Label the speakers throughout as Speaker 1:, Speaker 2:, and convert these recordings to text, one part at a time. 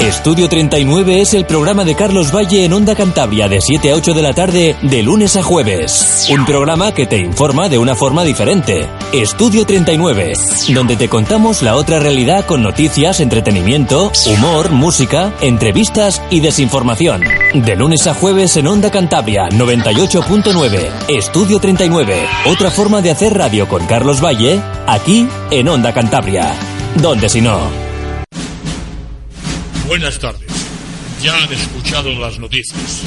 Speaker 1: Estudio 39 es el programa de Carlos Valle en Onda Cantabria de 7 a 8 de la tarde de lunes a jueves. Un programa que te informa de una forma diferente. Estudio 39, donde te contamos la otra realidad con noticias, entretenimiento, humor, música, entrevistas y desinformación. De lunes a jueves en Onda Cantabria 98.9. Estudio 39, otra forma de hacer radio con Carlos Valle, aquí en Onda Cantabria. Donde si no?
Speaker 2: Buenas tardes. Ya han escuchado las noticias.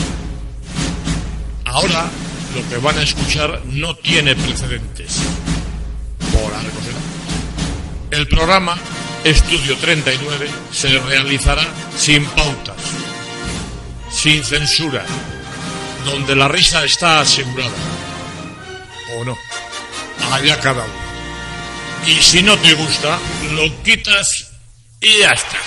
Speaker 2: Ahora lo que van a escuchar no tiene precedentes. Por algo será. El programa Estudio 39 se realizará sin pautas, sin censura, donde la risa está asegurada. O no. Allá cada uno. Y si no te gusta, lo quitas y ya está.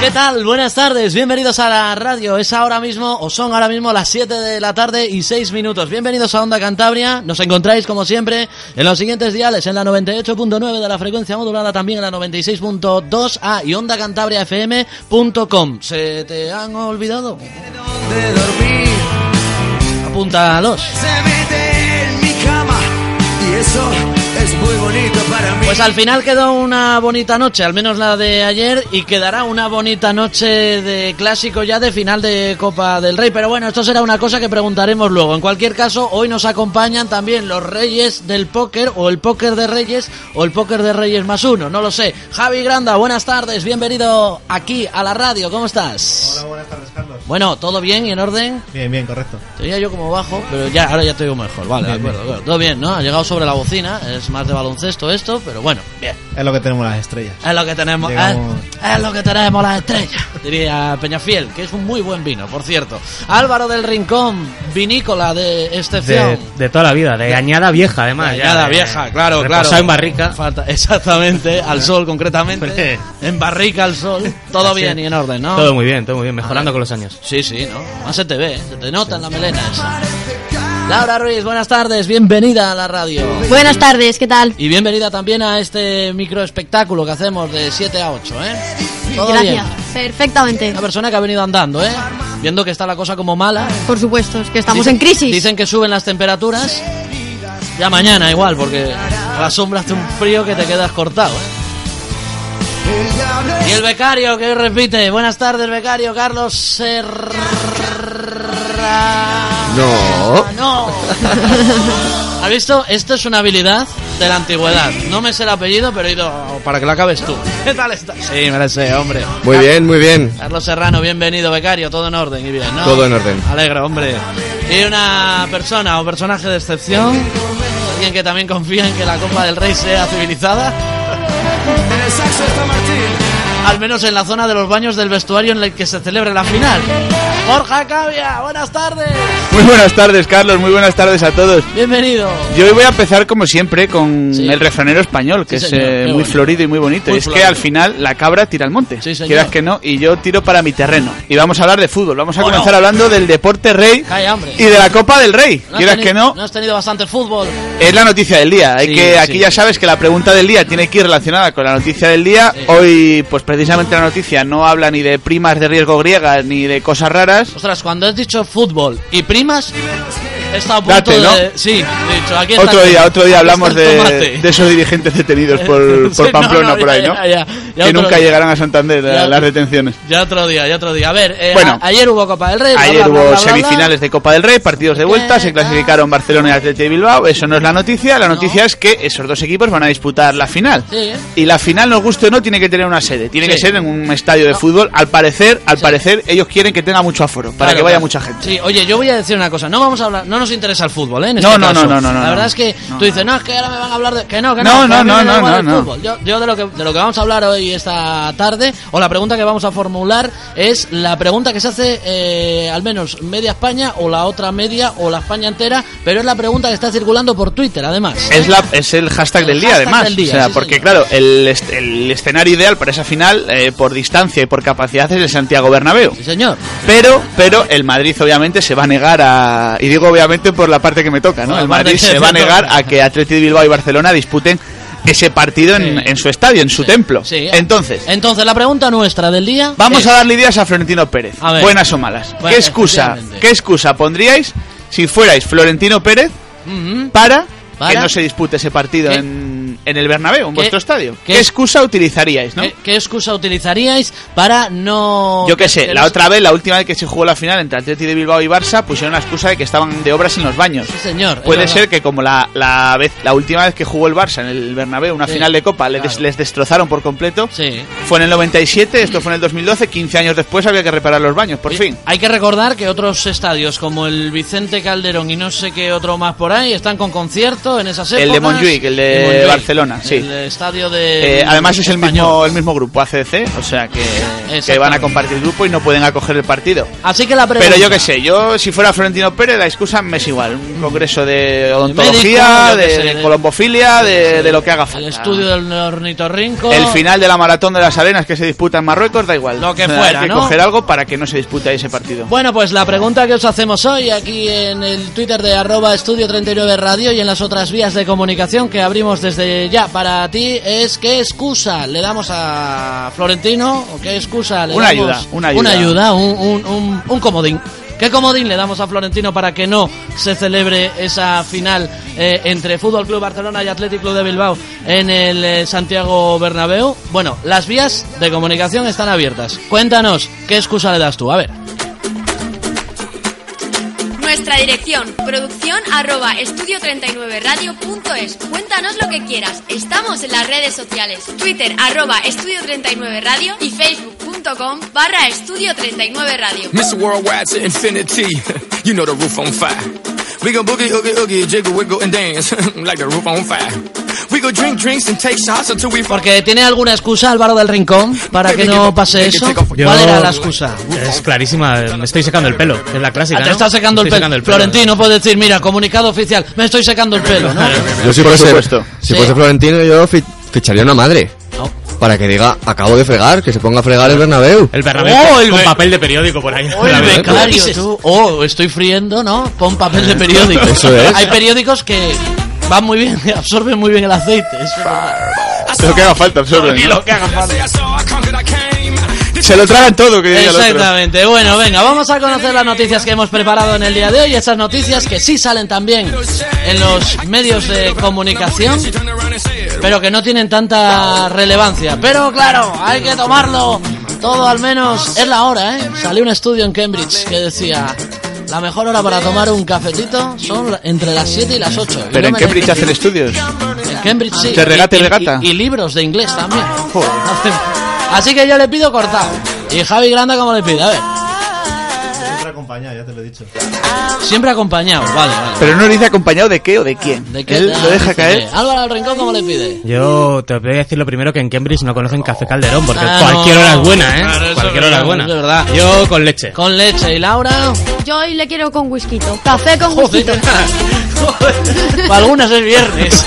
Speaker 3: ¿Qué tal? Buenas tardes, bienvenidos a la radio. Es ahora mismo, o son ahora mismo las 7 de la tarde y 6 minutos. Bienvenidos a Onda Cantabria. Nos encontráis, como siempre, en los siguientes diales, en la 98.9 de la frecuencia modulada, también en la 96.2 A y OndaCantabriaFM.com. ¿Se te han olvidado? Apúntalos.
Speaker 4: Es muy bonito para mí.
Speaker 3: Pues al final quedó una bonita noche, al menos la de ayer, y quedará una bonita noche de clásico ya de final de Copa del Rey. Pero bueno, esto será una cosa que preguntaremos luego. En cualquier caso, hoy nos acompañan también los Reyes del Póker, o el Póker de Reyes, o el Póker de Reyes más uno, no lo sé. Javi Granda, buenas tardes, bienvenido aquí a la radio, ¿cómo estás?
Speaker 5: Hola, buenas tardes, Carlos.
Speaker 3: Bueno, ¿todo bien y en orden?
Speaker 5: Bien, bien, correcto.
Speaker 3: Te oía yo como bajo, pero ya, ahora ya te oigo mejor. Vale, de
Speaker 5: Bien,
Speaker 3: acuerdo,
Speaker 5: bien.
Speaker 3: claro. Todo bien, ¿no? Ha llegado sobre la bocina, es más de baloncesto esto, pero bueno, bien.
Speaker 5: Es lo que tenemos las estrellas.
Speaker 3: Es lo que tenemos, es,
Speaker 5: Llegamos.
Speaker 3: es lo que tenemos las estrellas, diría Peñafiel, que es un muy buen vino, por cierto. Álvaro del Rincón, vinícola de excepción.
Speaker 6: De, de toda la vida, de añada vieja además.
Speaker 3: De
Speaker 6: ya,
Speaker 3: añada
Speaker 6: de-
Speaker 3: vieja, claro,
Speaker 6: reposado
Speaker 3: claro.
Speaker 6: en barrica.
Speaker 3: Falta- exactamente, al sol concretamente.
Speaker 6: Hombre.
Speaker 3: en barrica al sol. Todo bien y en orden, ¿no?
Speaker 6: Todo muy bien, todo muy bien, mejorando con los años.
Speaker 3: Sí, sí, ¿no? Más se te ve, ¿eh? se te nota en la melena esa. Laura Ruiz, buenas tardes, bienvenida a la radio.
Speaker 7: Buenas tardes, ¿qué tal?
Speaker 3: Y bienvenida también a este microespectáculo que hacemos de 7 a 8, ¿eh? Todo
Speaker 7: Gracias.
Speaker 3: bien.
Speaker 7: Perfectamente.
Speaker 3: Una persona que ha venido andando, ¿eh? Viendo que está la cosa como mala.
Speaker 7: Por supuesto, es que estamos
Speaker 3: Dicen-
Speaker 7: en crisis.
Speaker 3: Dicen que suben las temperaturas. Ya mañana igual, porque a la sombra hace un frío que te quedas cortado, ¿eh? Y el becario que hoy repite. Buenas tardes, becario. Carlos Serra...
Speaker 4: No.
Speaker 3: No. ¿Has visto? Esto es una habilidad de la antigüedad. No me sé el apellido, pero he ido para que lo acabes tú. ¿Qué tal estás? Sí, me lo sé, hombre.
Speaker 4: Muy bien, muy bien.
Speaker 3: Carlos Serrano, bienvenido, becario, todo en orden y bien, ¿no?
Speaker 4: Todo en orden.
Speaker 3: Alegro, hombre. Y una persona o personaje de excepción, alguien que también confía en que la Copa del Rey sea civilizada. Al menos en la zona de los baños del vestuario en el que se celebra la final. Borja Cavia, buenas tardes.
Speaker 8: Muy buenas tardes, Carlos. Muy buenas tardes a todos.
Speaker 3: Bienvenido.
Speaker 8: Yo hoy voy a empezar, como siempre, con
Speaker 3: Sí.
Speaker 8: el refranero español, que
Speaker 3: Sí,
Speaker 8: es
Speaker 3: señor.
Speaker 8: eh,
Speaker 3: Qué
Speaker 8: muy
Speaker 3: bonito.
Speaker 8: florido y muy bonito.
Speaker 3: Muy
Speaker 8: es que
Speaker 3: florido.
Speaker 8: al final la cabra tira al monte,
Speaker 3: Sí, señor.
Speaker 8: quieras que no, y yo tiro para mi terreno. Y vamos a hablar de fútbol. Vamos a
Speaker 3: Oh,
Speaker 8: comenzar
Speaker 3: no.
Speaker 8: hablando del deporte rey
Speaker 3: Calla, hombre.
Speaker 8: y de la Copa del Rey.
Speaker 3: No has
Speaker 8: quieras
Speaker 3: teni-
Speaker 8: que no,
Speaker 3: No has tenido bastante fútbol.
Speaker 8: es la noticia del día. Hay
Speaker 3: Sí,
Speaker 8: que aquí
Speaker 3: sí,
Speaker 8: ya
Speaker 3: sí,
Speaker 8: sabes que la pregunta del día tiene que ir relacionada con la noticia del día.
Speaker 3: Sí.
Speaker 8: Hoy, pues precisamente la noticia no habla ni de primas de riesgo griegas ni de cosas raras.
Speaker 3: Ostras, cuando has dicho fútbol y primas, Está a punto
Speaker 8: Date, ¿no?
Speaker 3: de. Sí, de hecho, aquí está.
Speaker 8: Otro
Speaker 3: el-
Speaker 8: día, otro día hablamos
Speaker 3: está el tomate.
Speaker 8: de, de esos dirigentes detenidos por,
Speaker 3: Sí,
Speaker 8: por
Speaker 3: no,
Speaker 8: Pamplona,
Speaker 3: no,
Speaker 8: por ahí,
Speaker 3: ya,
Speaker 8: ¿no?
Speaker 3: ya, ya. Ya
Speaker 8: que
Speaker 3: otro
Speaker 8: nunca
Speaker 3: día.
Speaker 8: llegarán a Santander
Speaker 3: Ya
Speaker 8: a las
Speaker 3: otro-
Speaker 8: detenciones.
Speaker 3: Ya otro día, ya otro día. A ver, eh,
Speaker 8: Bueno.
Speaker 3: a- ayer hubo Copa del Rey. bla,
Speaker 8: Ayer
Speaker 3: bla, bla,
Speaker 8: hubo
Speaker 3: bla, bla,
Speaker 8: semifinales de Copa del Rey, partidos de vuelta, se clasificaron Barcelona y Atleti de Bilbao. Eso no es la noticia, la noticia es que esos dos equipos van a disputar la final.
Speaker 3: Sí, ¿eh?
Speaker 8: Y la final, nos guste o no, tiene que tener una sede, tiene
Speaker 3: Sí.
Speaker 8: que ser en un estadio de fútbol. Al parecer, al parecer, ellos quieren que tenga mucho aforo, para
Speaker 3: Claro,
Speaker 8: que vaya
Speaker 3: claro.
Speaker 8: mucha gente.
Speaker 3: Sí, oye, yo voy a decir una cosa. No vamos a hablar, no nos interesa el fútbol, ¿eh? En
Speaker 8: No,
Speaker 3: este
Speaker 8: no, no,
Speaker 3: caso.
Speaker 8: no, no, no,
Speaker 3: La
Speaker 8: no.
Speaker 3: verdad es que
Speaker 8: No.
Speaker 3: tú dices, no, es Ah, que ahora me van a hablar de. Que no, que
Speaker 8: No,
Speaker 3: no, que a
Speaker 8: no,
Speaker 3: mí me
Speaker 8: no,
Speaker 3: da
Speaker 8: no,
Speaker 3: igual el
Speaker 8: no, no.
Speaker 3: fútbol. Yo, yo de, lo que, de lo que vamos a hablar hoy esta tarde, o la pregunta que vamos a formular, es la pregunta que se hace eh, al menos media España, o la otra media, o la España entera, pero es la pregunta que está circulando por Twitter, además.
Speaker 8: Es, la, es el hashtag
Speaker 3: El
Speaker 8: del día,
Speaker 3: hashtag
Speaker 8: además.
Speaker 3: del día,
Speaker 8: o sea,
Speaker 3: sí,
Speaker 8: porque,
Speaker 3: señor.
Speaker 8: claro, el, est- el escenario ideal para esa final, eh, por distancia y por capacidad, es el Santiago Bernabéu.
Speaker 3: Sí, señor.
Speaker 8: Pero, pero el Madrid obviamente se va a negar a. Y digo obviamente por la parte que me toca, ¿no?
Speaker 3: Por la
Speaker 8: El
Speaker 3: parte
Speaker 8: Madrid
Speaker 3: que
Speaker 8: se
Speaker 3: te
Speaker 8: va a
Speaker 3: toca.
Speaker 8: negar a que Atleti de Bilbao y Barcelona disputen ese partido en,
Speaker 3: Sí.
Speaker 8: en su estadio, en su templo.
Speaker 3: Sí.
Speaker 8: Entonces,
Speaker 3: Entonces, la pregunta nuestra del día.
Speaker 8: vamos
Speaker 3: es-
Speaker 8: a darle ideas a Florentino Pérez.
Speaker 3: A ver.
Speaker 8: Buenas o malas.
Speaker 3: Bueno,
Speaker 8: ¿Qué excusa,
Speaker 3: efectivamente.
Speaker 8: ¿Qué excusa pondríais si fuerais Florentino Pérez
Speaker 3: Ujú.
Speaker 8: para,
Speaker 3: Para.
Speaker 8: que no se dispute ese partido
Speaker 3: ¿Qué?
Speaker 8: en, en el Bernabéu, en
Speaker 3: ¿Qué?
Speaker 8: vuestro estadio?
Speaker 3: ¿Qué?
Speaker 8: ¿Qué, excusa utilizaríais, no?
Speaker 3: ¿Qué, qué excusa utilizaríais para no.?
Speaker 8: Yo qué sé,
Speaker 3: oh, que
Speaker 8: la
Speaker 3: no-
Speaker 8: otra vez, la última vez que se jugó la final entre Atleti de Bilbao y Barça, pusieron la excusa de que estaban de obras en los baños.
Speaker 3: Sí, señor. es
Speaker 8: Puede
Speaker 3: verdad.
Speaker 8: ser que como la, la vez la última vez que jugó el Barça en el Bernabéu, una
Speaker 3: Sí,
Speaker 8: final de Copa, le des-
Speaker 3: claro.
Speaker 8: les destrozaron por completo.
Speaker 3: Sí.
Speaker 8: Fue en el 97, esto fue en el 2012, 15 años después había que reparar los baños, por fin.
Speaker 3: Hay que recordar que otros estadios como el Vicente Calderón y no sé qué otro más por ahí están con concierto en esas épocas.
Speaker 8: El de Montjuic, el de
Speaker 3: Montjuic,
Speaker 8: Barcelona, sí.
Speaker 3: El estadio de.
Speaker 8: Eh, además es el
Speaker 3: español.
Speaker 8: mismo, el mismo grupo, ACDC, o sea que, que van a compartir grupo y no pueden acoger el partido.
Speaker 3: Así que la pregunta.
Speaker 8: Pero yo qué sé, yo si fuera Florentino Pérez la excusa me es igual, un congreso de
Speaker 3: médico,
Speaker 8: odontología,
Speaker 3: yo qué
Speaker 8: de,
Speaker 3: sé,
Speaker 8: de
Speaker 3: de-
Speaker 8: colombofilia, de, de lo que haga
Speaker 3: El
Speaker 8: falta.
Speaker 3: estudio del ornitorrinco.
Speaker 8: El final de la maratón de las arenas que se disputa en Marruecos, da igual.
Speaker 3: Lo que
Speaker 8: O sea,
Speaker 3: fuera,
Speaker 8: Hay que
Speaker 3: ¿no?
Speaker 8: coger algo para que no se disputa ese partido.
Speaker 3: Bueno, pues la pregunta que os hacemos hoy aquí en el Twitter de arroba estudio 39 radio y en las otras vías de comunicación que abrimos desde ya para ti es qué excusa le damos a Florentino o qué excusa le
Speaker 8: Una
Speaker 3: damos
Speaker 8: ayuda, una ayuda.
Speaker 3: una ayuda un, un- un- un comodín. ¿Qué comodín le damos a Florentino para que no se celebre esa final eh, entre Fútbol Club Barcelona y Athletic Club de Bilbao en el eh, Santiago Bernabéu? Bueno, las vías de comunicación están abiertas. Cuéntanos, ¿qué excusa le das tú? A ver.
Speaker 9: Nuestra dirección, producción arroba estudio39radio.es. Cuéntanos lo que quieras. Estamos en las redes sociales, Twitter arroba estudio39radio y facebook.com barra estudio39radio.
Speaker 10: Mr. Worldwide to infinity. you know the roof on fire. We gon' boogie, oogie, oogie, jiggle, wiggle, and dance like the roof on fire. We gon' drink drinks and take shots until we fall.
Speaker 3: Porque tiene alguna excusa Álvaro del Rincón para que no pase eso. ¿Cuál era la excusa?
Speaker 6: Es clarísima, me estoy secando el pelo, que es la clásica.
Speaker 3: Ah, te
Speaker 6: ¿no?
Speaker 3: está secando
Speaker 6: Me
Speaker 3: el
Speaker 6: estoy
Speaker 3: pelo. Florentino puede decir, mira, comunicado oficial, me estoy secando el pelo, ¿no?
Speaker 4: Yo si
Speaker 8: Por
Speaker 4: fuese,
Speaker 8: supuesto.
Speaker 4: si
Speaker 3: Sí.
Speaker 4: fuese Florentino yo fi- ficharía una madre.
Speaker 3: No.
Speaker 4: Para que diga, acabo de fregar, que se ponga a fregar el Bernabéu.
Speaker 6: El Bernabéu
Speaker 8: ¡Oh,
Speaker 6: con-
Speaker 8: el
Speaker 6: con
Speaker 8: be-
Speaker 6: papel de periódico por ahí.
Speaker 8: el
Speaker 6: La verdad.
Speaker 8: beca-
Speaker 3: Becario, tú. Oh, estoy friendo, ¿no? Pon papel de periódico.
Speaker 4: Eso es.
Speaker 3: Hay periódicos que van muy bien, que absorben muy bien el aceite. eso es verdad.
Speaker 8: Lo que haga falta, absorben. ¿no?
Speaker 10: I saw, I conquered, I came.
Speaker 8: Se lo tragan todo, que diga el otro.
Speaker 3: Exactamente. Bueno, venga, vamos a conocer las noticias que hemos preparado en el día de hoy. Esas noticias que sí salen también en los medios de comunicación.
Speaker 10: She turned around and said,
Speaker 3: pero que no tienen tanta relevancia. Pero claro, hay que tomarlo todo al menos es la hora, ¿eh? Salió un estudio en Cambridge que decía, la mejor hora para tomar un cafetito son la- entre las 7 y las 8. Y
Speaker 8: Pero
Speaker 3: no
Speaker 8: en
Speaker 3: me
Speaker 8: Cambridge
Speaker 3: refiero-
Speaker 8: hacen estudios.
Speaker 3: En Cambridge sí.
Speaker 8: ¿Te regata
Speaker 3: Y-
Speaker 8: y
Speaker 3: y-
Speaker 8: regata?
Speaker 3: Y, y libros de inglés también.
Speaker 8: Joder.
Speaker 3: Así que yo le pido cortado. Y Javi Granda como le pide, a ver.
Speaker 5: Otra compañía, ya te lo he dicho.
Speaker 3: Siempre acompañado, vale, vale.
Speaker 8: Pero no dice acompañado de qué o de quién.
Speaker 3: Ah, ¿De qué
Speaker 8: Él
Speaker 3: tal?
Speaker 8: lo deja caer.
Speaker 3: Dice, Álvaro del Rincón como le pide.
Speaker 6: Yo te voy a decir lo primero que en Cambridge no conocen Café Calderón, porque
Speaker 3: Ah,
Speaker 6: cualquier
Speaker 3: no.
Speaker 6: hora es buena, ¿eh?
Speaker 3: Claro, eso
Speaker 6: cualquier
Speaker 3: es
Speaker 6: hora
Speaker 3: verdad,
Speaker 6: es buena.
Speaker 3: es verdad.
Speaker 6: Yo con leche.
Speaker 3: Con leche y Laura.
Speaker 7: Yo hoy le quiero con whisky. Café con whisky.
Speaker 3: Joder. Para algunas es viernes.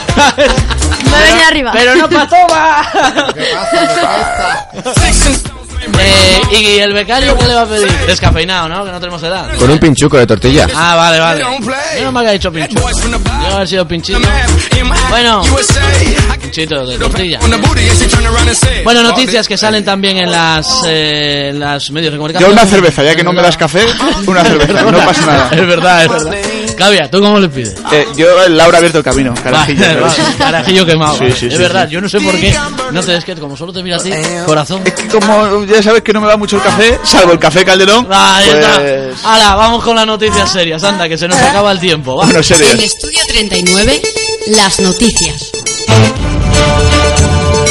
Speaker 7: Me venía arriba.
Speaker 3: Pero no para toda.
Speaker 10: "Sticks and stones may break
Speaker 3: Eh, ¿Y el becario qué le va a pedir? Descafeinado, ¿no? Que no tenemos edad.
Speaker 4: Con un pinchuco de tortilla.
Speaker 3: Ah, vale,
Speaker 10: my
Speaker 3: vale.
Speaker 10: don't play.
Speaker 3: Yo no me había dicho
Speaker 10: That
Speaker 3: pincho.
Speaker 10: boy's from the
Speaker 3: Yo
Speaker 10: bottom
Speaker 3: haber sido
Speaker 10: the
Speaker 3: pinchito.
Speaker 10: map, M.I.,
Speaker 3: Bueno.
Speaker 10: USA. I can
Speaker 3: Pinchito de
Speaker 10: feel the
Speaker 3: tortilla.
Speaker 10: pain on the booty and she turned around and said,
Speaker 3: Bueno,
Speaker 10: "Oh,
Speaker 3: noticias
Speaker 10: this-
Speaker 3: que salen también en las, eh, en las medios de
Speaker 8: Yo
Speaker 3: comunicación.
Speaker 8: una cerveza, ya que no me das café, una cerveza, no pasa nada.
Speaker 3: Es verdad, es verdad. Cavia, ¿tú cómo le pides?
Speaker 8: Eh, yo, Laura, ha abierto el camino. Carajillo,
Speaker 3: Vale, vale, carajillo quemado.
Speaker 8: Sí, sí,
Speaker 3: es
Speaker 8: sí,
Speaker 3: verdad,
Speaker 8: sí. Eh,
Speaker 3: yo no sé por qué. No te es que como solo te mira así, corazón.
Speaker 8: Es que como ya sabes que no me va mucho el café, salvo el café Calderón.
Speaker 3: Ahí está.
Speaker 8: pues-
Speaker 3: Hala, vamos con las noticias serias. Anda, que se nos acaba el tiempo. Va.
Speaker 8: Bueno, serias.
Speaker 9: En Estudio 39, las noticias.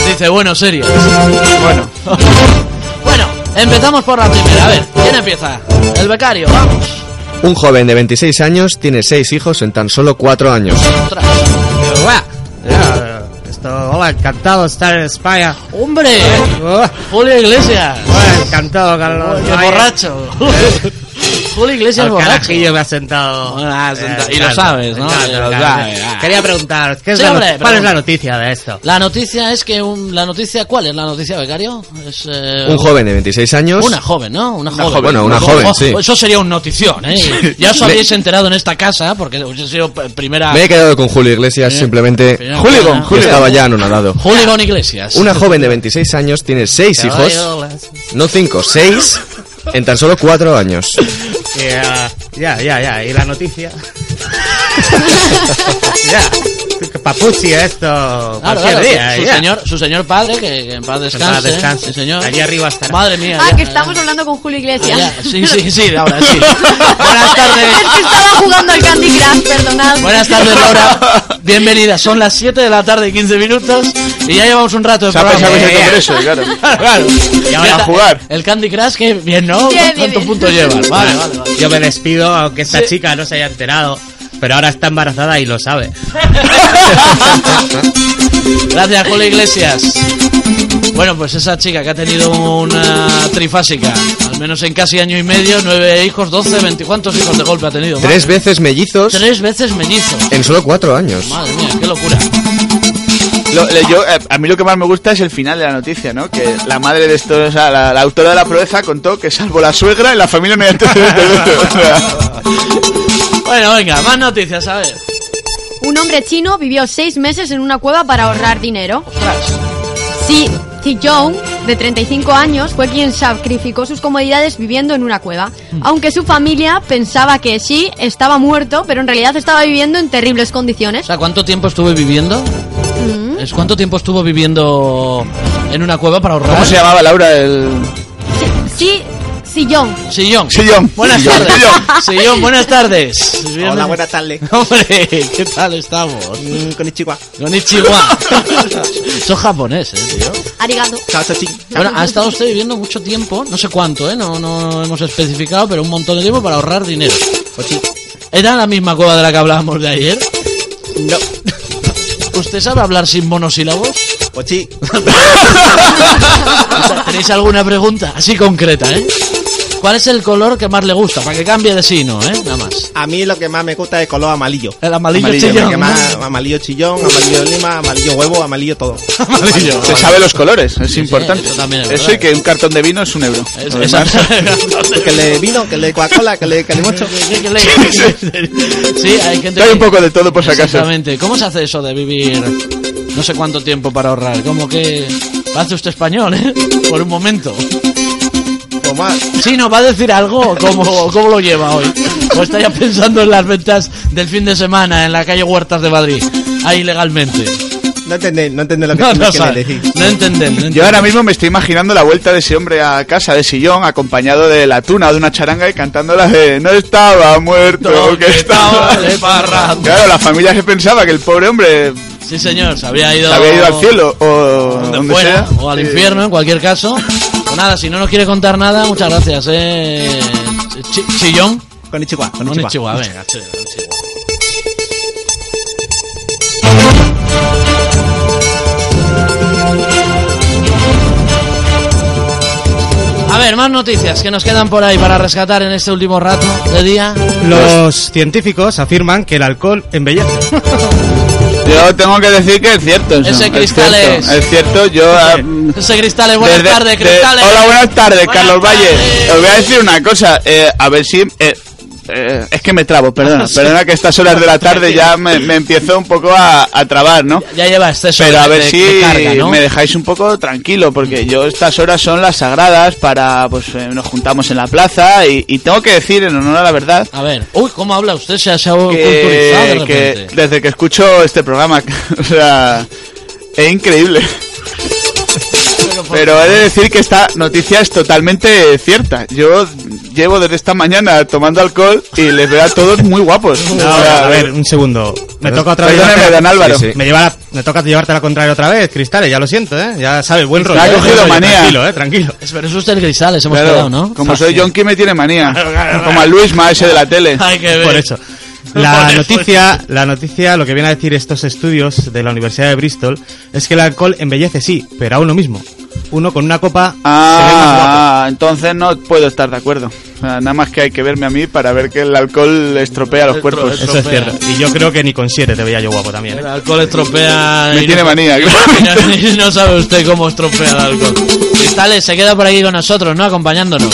Speaker 3: Dice, bueno, serias. Bueno. bueno, empezamos por la primera. A ver, ¿quién empieza? El becario, vamos.
Speaker 4: Un joven de 26 años tiene 6 hijos en tan solo 4 años.
Speaker 3: Ostras.
Speaker 6: Hola. Hola, esto- hola, encantado de estar en España. Oh.
Speaker 3: ¡Hombre! Julio Iglesias.
Speaker 6: Hola, encantado, Carlos.
Speaker 3: ¡Qué borracho! Julio Iglesias
Speaker 6: El
Speaker 3: borracho.
Speaker 6: carajillo me ha sentado.
Speaker 3: ha sentado. Y lo sabes, ¿no?
Speaker 6: claro,
Speaker 3: Y lo
Speaker 6: claro.
Speaker 3: sabes. Ah.
Speaker 6: Quería preguntar, ¿qué es
Speaker 3: Sí,
Speaker 6: la
Speaker 3: hombre,
Speaker 6: not- ¿cuál
Speaker 3: pregunta.
Speaker 6: es la noticia de esto?
Speaker 3: La noticia es que un, la noticia ¿cuál es la noticia becario? Es eh,
Speaker 4: Un joven de 26 años.
Speaker 3: Una joven, ¿no? Una joven.
Speaker 4: Bueno, una joven,
Speaker 3: Ojo,
Speaker 4: sí.
Speaker 3: Eso sería un notición, ¿eh? Ya os
Speaker 4: Me-
Speaker 3: habéis enterado en esta casa, porque hubiese sido p- primera...
Speaker 4: Me he quedado con Julio Iglesias simplemente.
Speaker 3: Pero- Hooligan,
Speaker 4: que Estaba ya anonadado.
Speaker 3: Julio con Iglesias.
Speaker 4: Una joven de 26 años tiene 6 hijos. No 5, 6 en tan solo 4 años.
Speaker 6: Y, ah, ya, ya, ya. ¿Y la noticia? ya. Qué Papuchi esto.
Speaker 3: Claro,
Speaker 6: cualquier
Speaker 3: claro,
Speaker 6: día,
Speaker 3: su,
Speaker 6: ya.
Speaker 3: señor, su señor padre, que, que en paz descanse. ¿eh?
Speaker 6: paz descanse.
Speaker 3: sí, señor.
Speaker 6: Allí arriba estará.
Speaker 3: Madre mía.
Speaker 7: Ah,
Speaker 3: ya,
Speaker 7: que estamos hablando con Julio Iglesias.
Speaker 3: ya. Sí, sí, sí, ahora sí. Buenas tardes.
Speaker 7: Es que estaba jugando al Candy Crush, perdonad.
Speaker 3: Buenas tardes, Laura. Bienvenida. Son las 7 de la tarde y 15 minutos. Y ya llevamos un rato de
Speaker 8: Se ha pensado
Speaker 3: programa.
Speaker 8: que es el congreso, claro.
Speaker 3: Claro.
Speaker 6: Y
Speaker 8: ahora
Speaker 3: Ya-
Speaker 8: a jugar.
Speaker 3: El Candy Crush, que bien, ¿no?
Speaker 7: Bien, bien,
Speaker 3: ¿Cuánto
Speaker 7: bien.
Speaker 3: punto llevas? Vale, vale, vale.
Speaker 6: Yo me despido, aunque esta chica no se haya enterado. Pero ahora está embarazada y lo sabe.
Speaker 3: Gracias, Julio Iglesias. Bueno, pues esa chica que ha tenido una trifásica, al menos en casi año y medio, nueve hijos, doce, veinticuantos hijos de golpe ha tenido. madre?
Speaker 4: Tres veces mellizos
Speaker 3: Tres veces mellizo.
Speaker 4: en solo 4 años.
Speaker 3: Madre mía, qué locura.
Speaker 8: pues, Lo- le- yo, eh, a mí lo que más me gusta es el final de la noticia, ¿no? Que la madre de estos, o sea, la, la autora de la proeza contó que salvo la suegra, en la familia no hay antecedentes de esto.
Speaker 3: Bueno, venga, más noticias, a ver.
Speaker 7: Un hombre chino vivió seis meses en una cueva para ahorrar dinero.
Speaker 3: Ostras.
Speaker 7: Si Jong, de 35 años, fue quien sacrificó sus comodidades viviendo en una cueva.
Speaker 3: Mm.
Speaker 7: Aunque su familia pensaba que Xi estaba muerto, pero en realidad estaba viviendo en terribles
Speaker 3: O
Speaker 7: condiciones.
Speaker 3: sea, ¿cuánto tiempo estuve viviendo? ¿Es cuánto tiempo estuvo viviendo en una cueva para ahorrar?
Speaker 8: ¿Cómo se llamaba Laura el
Speaker 7: Xi Jong.
Speaker 3: Sillón.
Speaker 8: sillón?
Speaker 3: Buenas
Speaker 8: Sillón,
Speaker 3: tardes.
Speaker 8: sillón.
Speaker 3: Sillón, buenas tardes.
Speaker 5: Hola, buenas tardes.
Speaker 3: Hombre, ¿qué tal estamos?
Speaker 5: Mm, Konnichiwa.
Speaker 3: Konnichiwa. Son japoneses, tío.
Speaker 7: Arigato.
Speaker 5: Chao, chao, ching.
Speaker 3: Bueno, ha estado usted viviendo mucho tiempo, no sé cuánto, ¿eh? No, no hemos especificado, pero un montón de tiempo para ahorrar dinero.
Speaker 8: Pues
Speaker 3: ¿Era la misma cueva de la que hablábamos de ayer?
Speaker 5: No.
Speaker 3: ¿Usted sabe hablar sin monosílabos?
Speaker 8: Pues
Speaker 5: Pochi.
Speaker 3: ¿Tenéis alguna pregunta así concreta, eh? ¿Cuál es el color que más le gusta? Para que cambie de sí, ¿no? ¿eh? Nada más.
Speaker 8: Ah.
Speaker 5: A mí lo que más me gusta es el color amarillo.
Speaker 3: El amarillo,
Speaker 8: Amarillo,
Speaker 3: chillón.
Speaker 5: Que más- amarillo chillón, amarillo lima, amarillo huevo, amarillo todo.
Speaker 3: Amarillo.
Speaker 8: Se sabe los colores, es importante.
Speaker 3: eso también es
Speaker 8: Eso
Speaker 3: verdad.
Speaker 8: y que un cartón de vino es un euro.
Speaker 3: Es-
Speaker 8: Lo
Speaker 3: esa-
Speaker 8: demás-
Speaker 5: Que le vino, que le Coca-Cola, que le calimocho.
Speaker 3: Sí, hay gente
Speaker 8: Hay
Speaker 3: que-
Speaker 8: un poco de todo por si acaso.
Speaker 3: Exactamente. ¿Cómo se hace eso de vivir no sé cuánto tiempo para ahorrar? Como que hace usted español, ¿eh? Por un momento.
Speaker 5: O más.
Speaker 3: Sí, nos va a decir algo ¿Cómo, cómo lo lleva hoy. O está ya pensando en las ventas del fin de semana en la calle Huertas de Madrid. Ahí legalmente.
Speaker 5: No entendéis, no entendéis lo que
Speaker 3: No,
Speaker 5: me
Speaker 3: no,
Speaker 5: quiere
Speaker 3: sabe.
Speaker 5: decir.
Speaker 3: no entendemos. no
Speaker 8: Yo
Speaker 3: entendemos.
Speaker 8: ahora mismo me estoy imaginando la vuelta de ese hombre a casa de sillón, acompañado de la tuna o de una charanga y cantando la de No estaba muerto, que estaba
Speaker 3: de parranda.
Speaker 8: Claro, la familia se pensaba que el pobre hombre
Speaker 3: Sí, señor, se había
Speaker 8: se
Speaker 3: ido.
Speaker 8: había ido al cielo o
Speaker 3: donde
Speaker 8: donde,
Speaker 3: fuera,
Speaker 8: sea.
Speaker 3: o al
Speaker 8: Sí.
Speaker 3: infierno, en cualquier caso. Pues nada, si no nos quiere contar nada, muchas gracias, eh. Chi- Chillón.
Speaker 5: Konnichiwa,
Speaker 3: Con
Speaker 5: konnichiwa.
Speaker 3: venga, sí, Konnichiwa. A ver, más noticias que nos quedan por ahí para rescatar en este último rato de día.
Speaker 6: Los científicos afirman que el alcohol embellece.
Speaker 3: Pues,
Speaker 8: Yo tengo que decir que es cierto. eso,
Speaker 3: Ese
Speaker 8: es
Speaker 3: cristal
Speaker 8: cierto,
Speaker 3: es-
Speaker 8: Es cierto, yo. ah,
Speaker 3: José Cristales, buenas
Speaker 8: Desde-
Speaker 3: tardes,
Speaker 8: de-
Speaker 3: Cristales.
Speaker 8: hola, buenas tardes,
Speaker 3: Buenas
Speaker 8: Carlos Valle.
Speaker 3: tardes.
Speaker 8: Os voy a decir una cosa. eh, a ver si. eh, eh, es que me trabo, perdona.
Speaker 3: Sí.
Speaker 8: Perdona que a estas horas de la tarde ya me, me empiezo un poco a, a trabar, ¿no?
Speaker 3: Ya lleva exceso
Speaker 8: Pero
Speaker 3: de-
Speaker 8: a ver
Speaker 3: de-
Speaker 8: si
Speaker 3: de carga, ¿no?
Speaker 8: me dejáis un poco tranquilo, porque yo estas horas son las sagradas para, pues eh, nos juntamos en la plaza y, y tengo que decir en honor a la verdad
Speaker 3: A ver, uy, ¿cómo habla usted? Se ha, se ha culturizado de
Speaker 8: que, Eh, que
Speaker 3: repente.
Speaker 8: desde que escucho este programa, o sea, es increíble. Pero he de decir que esta noticia es totalmente cierta. Yo llevo desde esta mañana tomando alcohol y les veo a todos muy guapos. O
Speaker 6: No,
Speaker 8: sea,
Speaker 6: a ver, un segundo. Me toca otra vez.
Speaker 8: Perdóname,
Speaker 6: llevarte-
Speaker 8: don Álvaro.
Speaker 6: Sí, sí. Me, lleva la- me toca llevarte la contraria otra vez, Cristales, ya lo siento, ¿eh? Ya sabes, buen
Speaker 8: Me
Speaker 6: rollo.
Speaker 8: ha
Speaker 6: ¿eh? Buen
Speaker 8: cogido
Speaker 6: rollo,
Speaker 8: manía.
Speaker 6: Tranquilo, ¿eh? Tranquilo.
Speaker 3: Pero es usted el Grisales, hemos
Speaker 8: claro,
Speaker 3: quedado, ¿no?
Speaker 8: Como soy Jonky me tiene manía. Como a Luis Ma ese de la tele.
Speaker 6: Por eso. La noticia, la noticia, lo que viene a decir estos estudios de la Universidad de Bristol es que el alcohol embellece, sí, pero a uno mismo. Uno con una copa se ve más guapo.
Speaker 8: Ah, entonces no puedo estar de acuerdo. O sea, Nada más que hay que verme a mí para ver que el alcohol estropea los cuerpos.
Speaker 6: Eso es cierto. Y yo creo que ni con siete te veía yo guapo también. ¿eh?
Speaker 3: El alcohol estropea.
Speaker 6: Me
Speaker 3: y
Speaker 6: tiene
Speaker 3: no-
Speaker 6: manía,
Speaker 3: y no sabe usted cómo estropea el alcohol. Cristales se queda por aquí con nosotros, ¿no? Acompañándonos.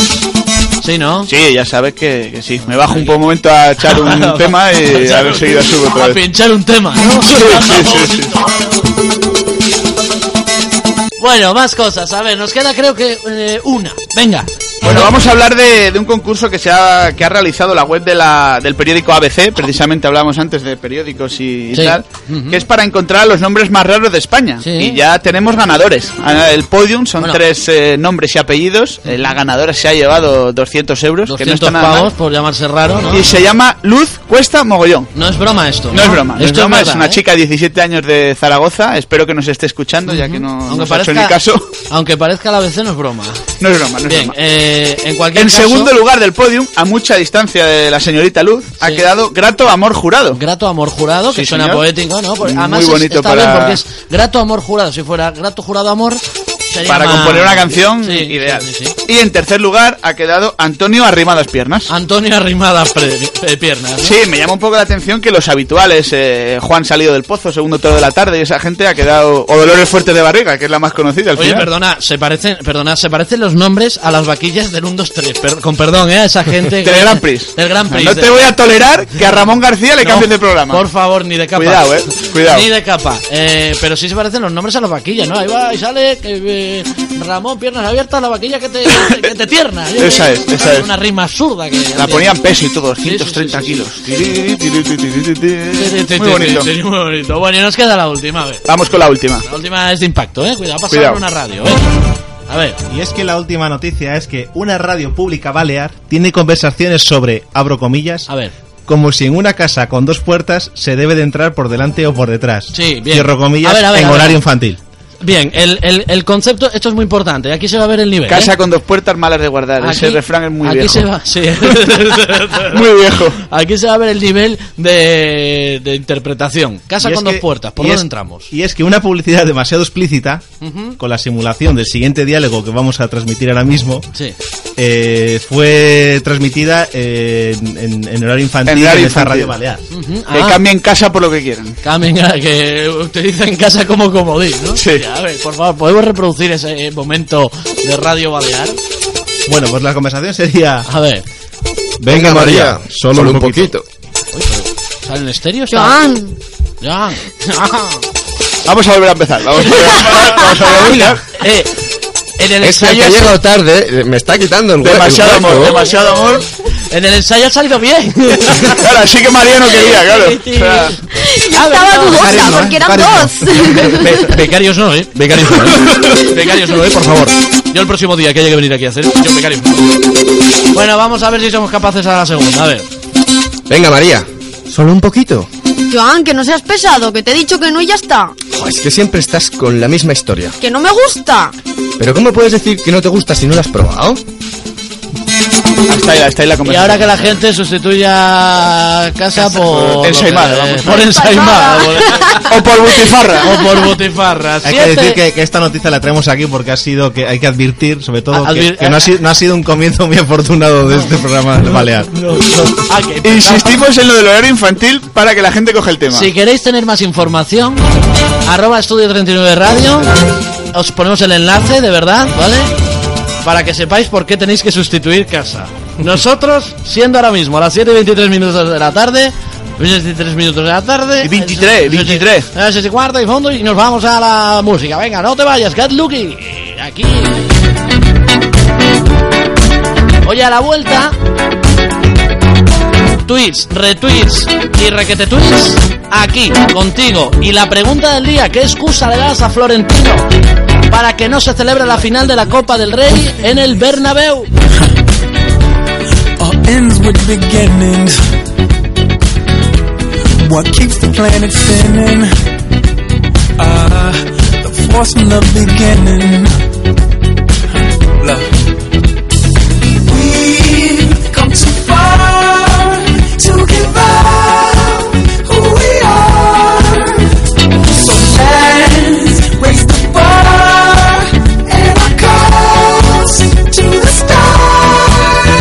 Speaker 3: Sí, ¿no?
Speaker 8: Sí, ya sabes que, que sí. Me bajo un po- momento a echar un tema y a ver si la subo otra
Speaker 3: A
Speaker 8: vez.
Speaker 3: pinchar un tema, ¿no?
Speaker 8: Sí, sí, sí, sí.
Speaker 3: Bueno, más cosas. A ver, nos queda creo que eh, una. Venga.
Speaker 8: Bueno, vamos a hablar de, de un concurso que se ha, que ha realizado la web de la- del periódico ABC, precisamente hablábamos antes de periódicos y, y
Speaker 3: Sí.
Speaker 8: tal, que es para encontrar los nombres más raros de España. Y ya tenemos ganadores. Ah, El podium son
Speaker 3: Bueno.
Speaker 8: tres eh, nombres y apellidos. Eh, La ganadora se ha llevado 200 euros, que no
Speaker 3: 200
Speaker 8: está nada mal.
Speaker 3: pavos por llamarse raro, ¿no?
Speaker 8: Y se llama Luz Cuesta Mogollón.
Speaker 3: No es broma esto.
Speaker 8: No es broma, no
Speaker 3: Esto
Speaker 8: es, broma,
Speaker 3: verdad,
Speaker 8: es una
Speaker 3: ¿eh?
Speaker 8: chica de 17 años de Zaragoza, espero que nos esté escuchando ya que no
Speaker 3: Aunque
Speaker 8: nos ha hecho
Speaker 3: parezca,
Speaker 8: ni caso.
Speaker 3: aunque parezca la vez no es broma.
Speaker 8: No es broma, no es
Speaker 3: Bien,
Speaker 8: broma.
Speaker 3: eh, en cualquier
Speaker 8: En
Speaker 3: caso,
Speaker 8: segundo lugar del podium, a mucha distancia de la señorita Luz, ha quedado Grato Amor Jurado.
Speaker 3: Grato Amor Jurado, que suena poético, ¿no? Porque además
Speaker 8: Muy
Speaker 3: es-
Speaker 8: bonito
Speaker 3: está bien
Speaker 8: para,
Speaker 3: porque es grato amor jurado. Si fuera grato jurado amor, sería
Speaker 8: para
Speaker 3: más-
Speaker 8: componer una canción
Speaker 3: Sí,
Speaker 8: ideal.
Speaker 3: sí, sí.
Speaker 8: Y en tercer lugar ha quedado Antonio Arrimadas Piernas.
Speaker 3: Antonio Arrimadas eh, Piernas. ¿no?
Speaker 8: Sí, me llama un poco la atención que los habituales, eh, Juan Salido del Pozo, segundo toro de la tarde, y esa gente ha quedado... O Dolores Fuerte de Barriga, que es la más conocida al
Speaker 3: Oye,
Speaker 8: final.
Speaker 3: perdona, se parecen, perdona, se parecen los nombres a las vaquillas del 1 2 3, per- con perdón, eh, a esa gente
Speaker 8: Del Gran Prix.
Speaker 3: Del Gran Prix.
Speaker 8: No
Speaker 3: de-
Speaker 8: te voy a tolerar que a Ramón García le
Speaker 3: No,
Speaker 8: cambies de programa.
Speaker 3: Por favor, ni de capa.
Speaker 8: Cuidado, eh, cuidado.
Speaker 3: Ni de capa. Eh, pero sí se parecen los nombres a las vaquillas, ¿no? Ahí va y sale que, eh, Ramón, piernas abiertas, la vaquilla que te, que te tierna.
Speaker 8: Esa es, esa es.
Speaker 3: Una rima absurda que.
Speaker 8: La ponían peso y todo, 130 kilos. Muy bonito.
Speaker 3: Sí, sí, muy bonito. Bueno, y nos queda la última, a ver.
Speaker 8: Vamos con la última.
Speaker 3: La última es de impacto, eh. Cuidado, pasa
Speaker 6: Cuidado.
Speaker 3: por una radio, eh. A ver.
Speaker 11: Y es que la última noticia es que una radio pública balear tiene conversaciones sobre, abro comillas,
Speaker 3: a ver.
Speaker 11: como si en una casa con dos puertas se debe de entrar por delante o por detrás.
Speaker 3: Sí, bien.
Speaker 11: Cierro comillas,
Speaker 3: A ver, a ver,
Speaker 11: en
Speaker 3: a ver.
Speaker 11: horario infantil.
Speaker 3: Bien, el, el, el concepto, esto es muy importante. Aquí se va a ver el nivel.
Speaker 8: Casa
Speaker 3: ¿eh?
Speaker 8: con dos puertas malas de guardar. Ese
Speaker 3: Aquí-
Speaker 8: refrán es muy
Speaker 3: aquí
Speaker 8: viejo.
Speaker 3: se va, sí.
Speaker 8: Muy viejo.
Speaker 3: Aquí se va a ver el nivel de, de interpretación. Casa
Speaker 11: Y es
Speaker 3: con dos
Speaker 11: que-
Speaker 3: puertas, ¿por
Speaker 11: y
Speaker 3: dónde
Speaker 11: es-
Speaker 3: entramos?
Speaker 11: Y es que una publicidad demasiado explícita,
Speaker 3: Ujú.
Speaker 11: con la simulación del siguiente diálogo que vamos a transmitir ahora mismo,
Speaker 3: Sí.
Speaker 11: eh, fue transmitida eh, en, en- en horario infantil en,
Speaker 8: En horario
Speaker 11: esta
Speaker 8: infantil.
Speaker 11: radio balear.
Speaker 3: Ujú,
Speaker 8: Que
Speaker 3: ah.
Speaker 8: cambien casa por lo que quieran.
Speaker 3: Cambien, ah, que utilicen casa como comodín, ¿no? Sí. a ver, por favor, ¿podemos reproducir ese eh, momento de Radio Balear?
Speaker 11: Bueno, pues la conversación sería...
Speaker 3: A ver.
Speaker 11: Venga, María, solo, un poquito.
Speaker 3: ¿Sale en estéreo? está?
Speaker 7: Joan,
Speaker 3: Joan.
Speaker 8: Vamos a volver a empezar. Vamos a volver a, vamos a volver a
Speaker 3: Eh, en el
Speaker 4: Es que el
Speaker 3: ensayo
Speaker 4: que
Speaker 3: se-
Speaker 4: llego tarde eh, me está quitando el hue- el
Speaker 8: Demasiado
Speaker 4: hueco.
Speaker 8: amor, demasiado amor.
Speaker 3: En el ensayo ha salido bien.
Speaker 8: Claro, así que María no quería, claro. O sea,
Speaker 7: yo
Speaker 3: Ah,
Speaker 7: estaba dudosa porque eran dos.
Speaker 3: Be- becarios no, ¿eh? Becarios no, ¿eh? Becarios no, ¿eh? Por favor. Yo el próximo día que haya que venir aquí a hacer, yo becarios no. Bueno, vamos a ver si somos capaces a la segunda, a ver.
Speaker 4: Venga, María, solo un poquito.
Speaker 7: Joan, que no seas pesado, que te he dicho que no y ya está.
Speaker 4: Jo, es que siempre estás con la misma historia.
Speaker 7: Que no me gusta.
Speaker 4: Pero ¿cómo puedes decir que no te gusta si no lo has probado?
Speaker 8: Hasta ahí, hasta ahí la
Speaker 3: Y
Speaker 8: conversación.
Speaker 3: ahora que la gente sustituya casa por...
Speaker 8: Ensaimada, vamos.
Speaker 3: Por ensaimada.
Speaker 8: O por butifarra.
Speaker 3: O por butifarra.
Speaker 11: Hay que
Speaker 3: Siete-
Speaker 11: decir que, que esta noticia la traemos aquí porque ha sido que hay que advertir, sobre todo,
Speaker 3: A-
Speaker 11: que,
Speaker 3: advir-
Speaker 11: que no, ha sido, no ha sido un comienzo muy afortunado de este programa de Balear.
Speaker 3: Ah, que-
Speaker 8: Insistimos en lo del horario infantil para que la gente coja el tema.
Speaker 3: Si queréis tener más información, arroba estudio 39 radio, os ponemos el enlace, de verdad, ¿vale? para que sepáis por qué tenéis que sustituir casa. Nosotros, siendo ahora mismo a las 7 y 23 minutos de la tarde, 23 minutos de la tarde.
Speaker 8: Y 23, 23.
Speaker 3: Las 6 y cuarta y fondo y nos vamos a la música. Venga, no te vayas, get lucky. Aquí. Oye, a la vuelta. Tweets, retweets y requete tweets aquí contigo. Y la pregunta del día, ¿qué excusa le das a Florentino para que no se celebre la final de la Copa del Rey en el Bernabéu?
Speaker 12: all ends with beginnings. What keeps the planet spinning? Uh, the force from the beginning. Look. We've come too far to give up who we are. So let's raise the bar and our cause to the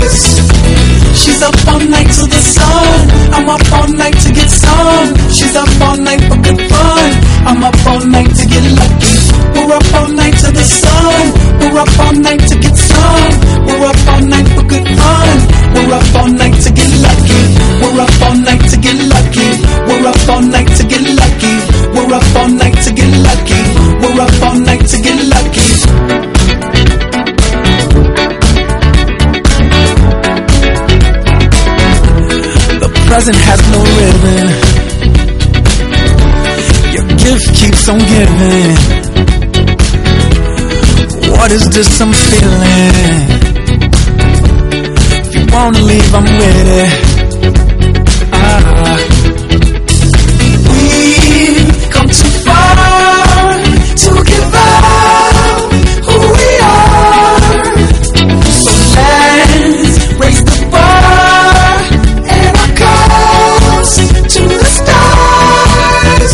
Speaker 12: stars. She's up all night to the sun. I'm up all night to get some. She's up all night for good fun. I'm up all night to get lucky. We're up all night to the sun. We're up all night to get some. We're up all night for good fun. We're up all night to get lucky. We're up all night to get lucky. We're up all night to get lucky. We're up all night to get lucky. We're up all night to get lucky. present has no ribbon. Your gift keeps on giving. What is this I'm feeling? If you wanna leave, I'm with it. Ah. We've come too far to give up who we are. So let's raise the bar and our calls to the stars.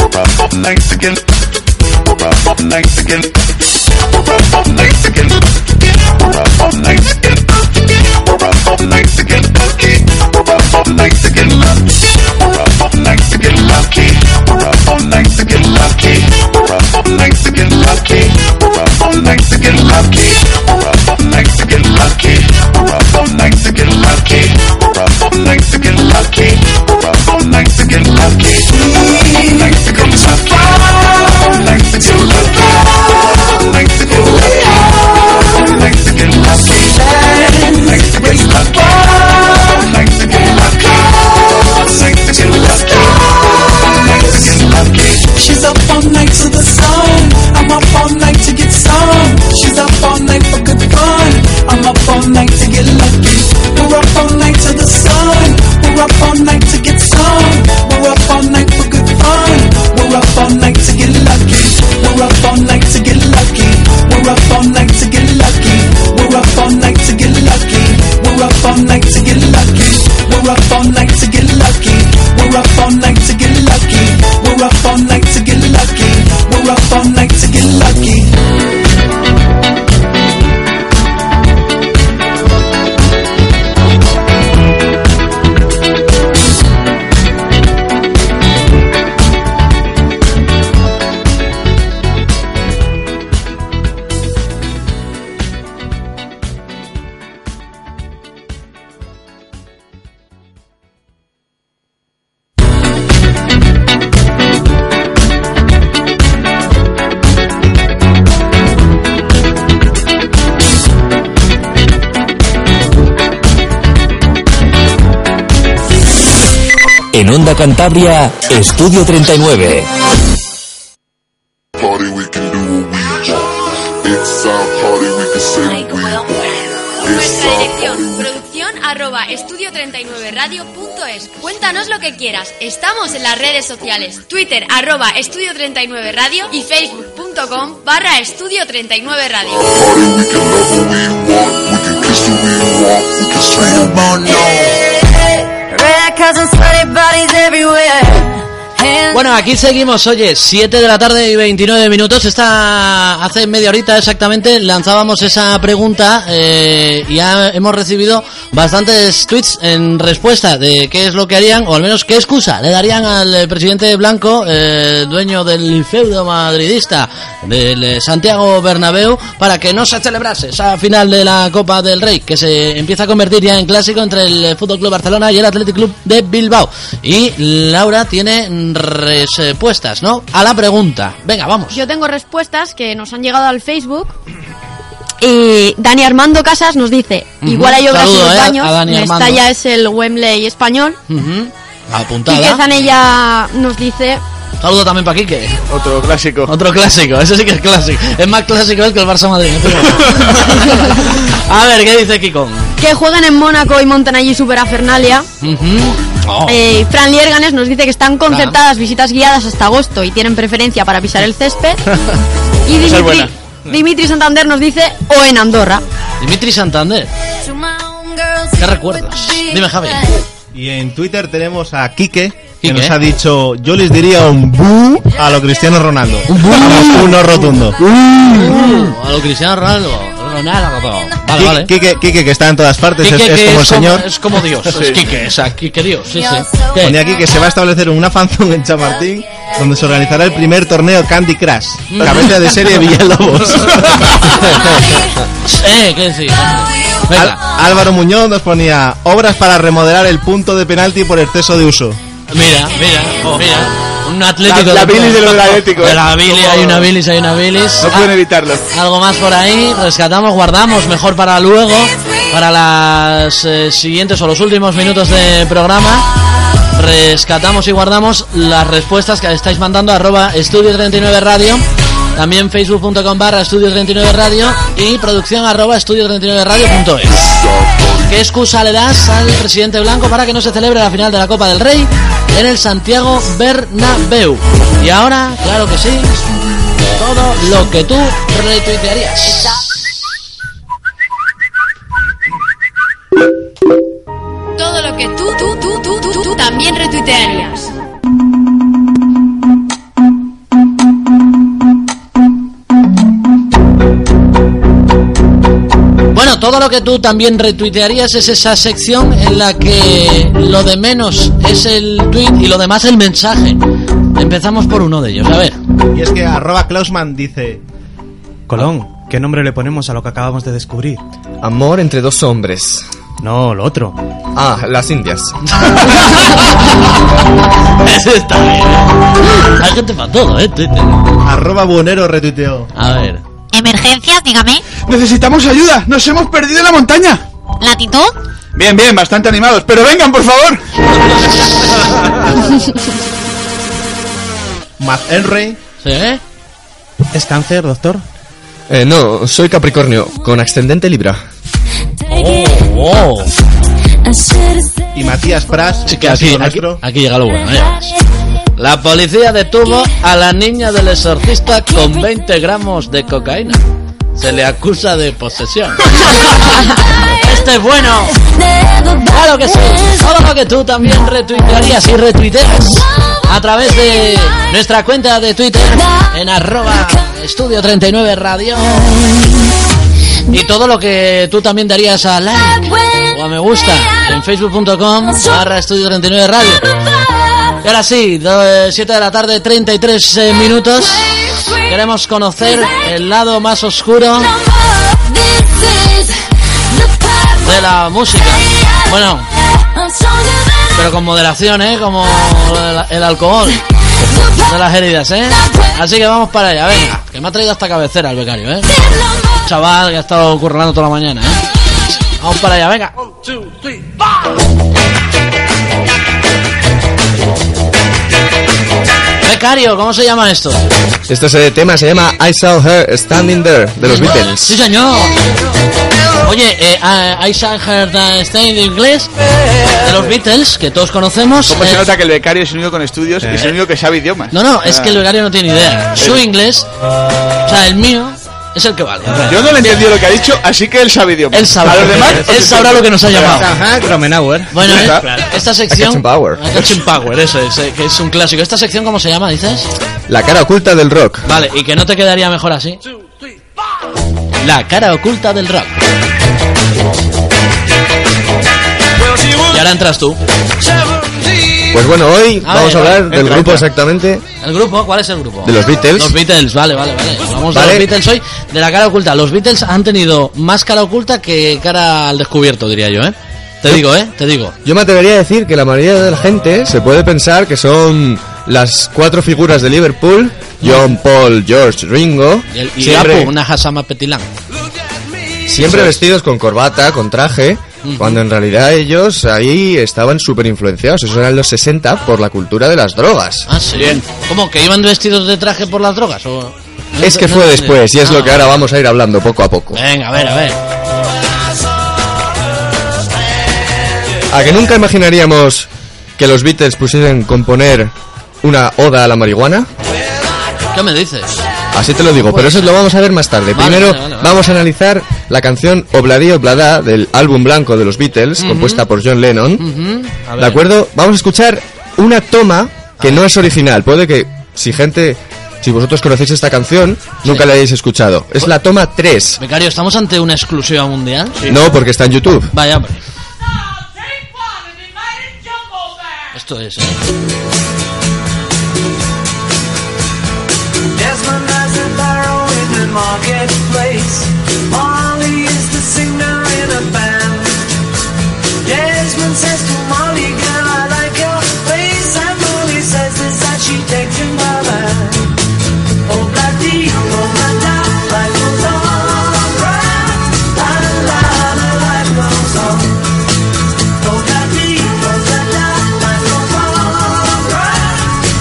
Speaker 12: We're up all night to get We're up all night to get We're up all night to get We're up all night to get We're up all night to get We're up all night to get lucky. We're up all night to get lucky. We're up all night to get lucky. We're up all night to get lucky. We're up all night to get lucky. We're up all night to get lucky. We're up all night to get lucky. We're up all night to get lucky. We're up all night to get lucky. We're up all night to get lucky. We're up all night to get lucky. We're up all night to get lucky. We're up all night to get lucky. We're up all night to get lucky. We're up all night to get lucky. We're up all night to get lucky. We're up all night to get lucky. We're up all night to get lucky. She's up all night to the sun. I'm up all night to get some. She's up all night for good fun. I'm up all night to get lucky. We're up all night to the sun. We're up all night to get some. We're up all night for good fun. We're up all night to get lucky. We're up all night to get lucky. We're up all night to get lucky. We're up all night to get lucky. We're up all night to get lucky. We're up all night to get lucky. We're up all night to get lucky. We're up all night to get lucky. We're up all night to get lucky.
Speaker 1: En Onda Cantabria, Estudio 39.
Speaker 13: party, we can do what we want. It's our party, we can say what we want. It's
Speaker 9: Nuestra
Speaker 13: our
Speaker 9: dirección, producción arroba estudio39radio.es. Cuéntanos lo que quieras. Estamos en las redes sociales. Twitter arroba estudio39radio y facebook.com facebook.com barra estudio 39 radio.
Speaker 3: Bueno, aquí seguimos, oye, 7 de la tarde y 29 minutos. Esta, hace media horita exactamente lanzábamos esa pregunta eh, y ya hemos recibido bastantes tweets en respuesta de qué es lo que harían, o al menos qué excusa le darían al eh, presidente Blanco, eh, dueño del feudo madridista del eh, Santiago Bernabéu, para que no se celebrase esa final de la Copa del Rey, que se empieza a convertir ya en clásico entre el eh, Fútbol Club Barcelona y el Athletic Club de Bilbao. Y Laura tiene respuestas, ¿no? A la pregunta. Venga, vamos.
Speaker 7: Yo tengo respuestas que nos han llegado al Facebook. Y Dani Armando Casas nos dice,
Speaker 3: Ujú.
Speaker 7: igual hay obras
Speaker 3: Saludo,
Speaker 7: en los
Speaker 3: eh, a-
Speaker 7: baños,
Speaker 3: a Dani
Speaker 7: la
Speaker 3: Armando.
Speaker 7: estalla es el Wembley español.
Speaker 3: Ujú.
Speaker 7: Quique
Speaker 3: Apuntada.
Speaker 7: Zanella nos dice,
Speaker 3: Saludo también para Quique. Otro clásico. Otro clásico, ese sí que es clásico. Es más clásico él que el Barça Madrid. a ver, ¿qué dice Kiko?
Speaker 7: que juegan en Mónaco y montan allí super afernalia.
Speaker 3: Ujú. Oh.
Speaker 7: Eh, Fran Lierganes nos dice que están concertadas visitas guiadas hasta agosto y tienen preferencia para pisar el césped. y
Speaker 3: Esa es
Speaker 7: Dimitri,
Speaker 3: buena.
Speaker 7: Dimitri Santander nos dice o en Andorra.
Speaker 3: Dimitri Santander. ¿Qué recuerdas? Dime, Javi.
Speaker 11: Y en Twitter tenemos a Quique, que
Speaker 3: Quique.
Speaker 11: nos ha dicho, yo les diría un bu a lo Cristiano Ronaldo. Vamos, uno rotundo.
Speaker 3: A lo Cristiano Ronaldo. Ronaldo. Vale,
Speaker 11: Qui-
Speaker 3: vale.
Speaker 11: Quique, Quique, que está en todas partes, es,
Speaker 3: Quique,
Speaker 11: es
Speaker 3: que
Speaker 11: como el señor.
Speaker 3: Es como Dios. Es
Speaker 11: Sí.
Speaker 3: Quique, es a Quique Dios. Sí, sí. ¿Qué?
Speaker 11: Ponía aquí que se va a establecer una fanzón en Chamartín donde se organizará el primer torneo Candy Crush, cabeza de serie Villalobos.
Speaker 3: Eh, ¿qué decís?
Speaker 11: Al- Álvaro Muñoz nos ponía obras para remodelar el punto de penalti por exceso de uso.
Speaker 3: Mira, mira, mira. Un atlético.
Speaker 11: La- la bilis de lo del Atlético,
Speaker 3: De
Speaker 11: eh.
Speaker 3: la bilis, hay una bilis, hay una bilis. No pueden
Speaker 8: evitarlo.
Speaker 3: Algo más por ahí. Rescatamos, guardamos. Mejor para luego. Para las eh, siguientes o los últimos minutos de programa. Rescatamos y guardamos las respuestas que estáis mandando. Arroba estudio 39 radio. También facebook.com barra estudio 39 radio. Y producción arroba estudio 39 radio.es. ¿Qué excusa le das al presidente Blanco para que no se celebre la final de la Copa del Rey en el Santiago Bernabéu? Y ahora, claro que sí, todo lo que tú retuitearías.
Speaker 9: Todo lo que tú, tú, tú, tú, tú, tú también retuitearías.
Speaker 3: Bueno, todo lo que tú también retuitearías es esa sección en la que lo de menos es el tweet y lo demás el mensaje. Empezamos por uno de ellos, a ver.
Speaker 11: Y es que arroba Klausman dice,
Speaker 6: Colón, ¿qué nombre le ponemos a lo que acabamos de descubrir?
Speaker 4: Amor entre dos hombres.
Speaker 6: No, lo otro.
Speaker 4: Ah, las indias.
Speaker 3: Ese está bien. Hay gente para todo, eh, Twitter.
Speaker 11: arroba buonero retuiteó.
Speaker 3: A ver.
Speaker 14: Emergencias, dígame.
Speaker 8: Necesitamos ayuda, nos hemos perdido en la montaña.
Speaker 14: Latitud.
Speaker 8: Bien, bien, bastante animados, pero vengan, por favor.
Speaker 11: Matt Henry.
Speaker 3: ¿Sí? ¿eh?
Speaker 4: ¿Es cáncer, doctor? Eh, no, soy Capricornio, con ascendente Libra.
Speaker 3: Oh,
Speaker 11: Y Matías Pras,
Speaker 3: que aquí, aquí, aquí llega lo bueno. ya ves. La policía detuvo a la niña del exorcista con 20 gramos de cocaína. Se le acusa de posesión. ¡Este es bueno! ¡Claro que sí! Todo lo que tú también retuitearías y retuiteas a través de nuestra cuenta de Twitter en arroba estudio39 radio. Y todo lo que tú también darías a like o a me gusta en facebook.com barra estudio 39 radio. Y ahora sí, 7 de la tarde, 33 eh, minutos. Queremos conocer el lado más oscuro de la música. Bueno, pero con moderación, ¿eh? Como el, el alcohol. De las heridas, ¿eh? Así que vamos para allá, venga. Que me ha traído hasta cabecera el becario, ¿eh? Chaval que ha estado currando toda la mañana, ¿eh? Vamos para allá, venga. Becario, ¿cómo se llama esto?
Speaker 4: Este es el tema se llama I Saw Her Standing There de los Beatles.
Speaker 3: Sí, señor. Oye, eh, I- I Saw Her That Stayed en inglés de los Beatles, que todos conocemos.
Speaker 8: ¿Cómo se
Speaker 3: eh,
Speaker 8: nota que el becario es el único con estudios y es el único que sabe idiomas?
Speaker 3: No, no, es
Speaker 8: Ah.
Speaker 3: que el becario no tiene idea. Su
Speaker 8: Pero-
Speaker 3: inglés, o sea, el mío, es el que vale.
Speaker 8: Yo no le he entendido lo que ha dicho, así que él sabe idiomas.
Speaker 3: Él sabrá,
Speaker 8: A los demás,
Speaker 3: él
Speaker 8: os
Speaker 3: sabrá
Speaker 8: entiendo.
Speaker 3: lo que nos ha llamado.
Speaker 6: Ajá, Kromenauer.
Speaker 3: Bueno,
Speaker 6: Ya
Speaker 3: eh,
Speaker 6: está.
Speaker 3: esta
Speaker 4: A Catch
Speaker 3: sección...
Speaker 4: and Power.
Speaker 3: A Catch and Power, eso es, eh, que es un clásico. ¿Esta sección cómo se llama, dices?
Speaker 4: La cara oculta del rock.
Speaker 3: Vale, y que no te quedaría mejor así. La cara oculta del rock. Y ahora entras tú.
Speaker 4: Pues bueno, hoy
Speaker 3: A
Speaker 4: vamos
Speaker 3: ver,
Speaker 4: a hablar
Speaker 3: vale.
Speaker 4: del
Speaker 3: Entra,
Speaker 4: grupo
Speaker 3: entra.
Speaker 4: exactamente.
Speaker 3: ¿El grupo? ¿Cuál es el grupo?
Speaker 4: De los Beatles.
Speaker 3: Los Beatles, vale, vale, vale. Vamos
Speaker 4: Vale.
Speaker 3: de los Beatles hoy. De la cara oculta. Los Beatles han tenido más cara oculta que cara al descubierto, diría yo, ¿eh? Te digo, ¿eh? Te digo.
Speaker 4: Yo me atrevería a decir que la mayoría de la gente se puede pensar que son las cuatro figuras de Liverpool, John, Paul, George, Ringo,
Speaker 3: Y, el, y
Speaker 4: siempre,
Speaker 3: Apu, una Hasama Petilán.
Speaker 4: siempre vestidos con corbata, con traje,
Speaker 3: Ujú.
Speaker 4: cuando en realidad ellos ahí estaban súper influenciados, eso eran los 60, por la cultura de las drogas.
Speaker 3: Ah, sí. ¿Cómo? ¿Que iban vestidos de traje por las drogas? o- Ah, No
Speaker 4: Es
Speaker 3: te-
Speaker 4: que
Speaker 3: no
Speaker 4: fue
Speaker 3: entendí.
Speaker 4: después y es
Speaker 3: Ah,
Speaker 4: lo que ahora vamos a ir hablando poco a poco.
Speaker 3: Venga, a ver, a ver.
Speaker 4: A que nunca imaginaríamos que los Beatles pusiesen componer una oda a la marihuana.
Speaker 3: ¿Qué me dices?
Speaker 4: Así te lo digo, pero eso lo vamos a ver más tarde.
Speaker 3: Pues- Vale,
Speaker 4: Primero
Speaker 3: vale, vale, vale.
Speaker 4: vamos a analizar la canción Obladi Oblada del álbum blanco de los Beatles,
Speaker 3: Ujú.
Speaker 4: compuesta por John Lennon.
Speaker 3: Ujú. A
Speaker 4: ¿De
Speaker 3: ver.
Speaker 4: acuerdo? Vamos a escuchar una toma que no es original. Puede que si gente, si vosotros conocéis esta canción, nunca la hayáis escuchado. Es la toma 3.
Speaker 3: Becario, ¿estamos ante una exclusiva mundial?
Speaker 4: No, porque está en YouTube.
Speaker 3: Vaya, hombre. Esto es, ¿eh?
Speaker 12: Desmondized a barrow in the marketplace. Molly is the singer in a band. Desmond says to Molly, girl, I like your face. And Molly says is that she takes him by the hand. Oh, bloody, oh, blada, life goes on. La, la, la, la, life goes on. Oh, bloody, oh, blada, life goes on.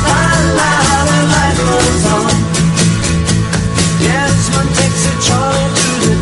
Speaker 12: La, la, la, life goes on.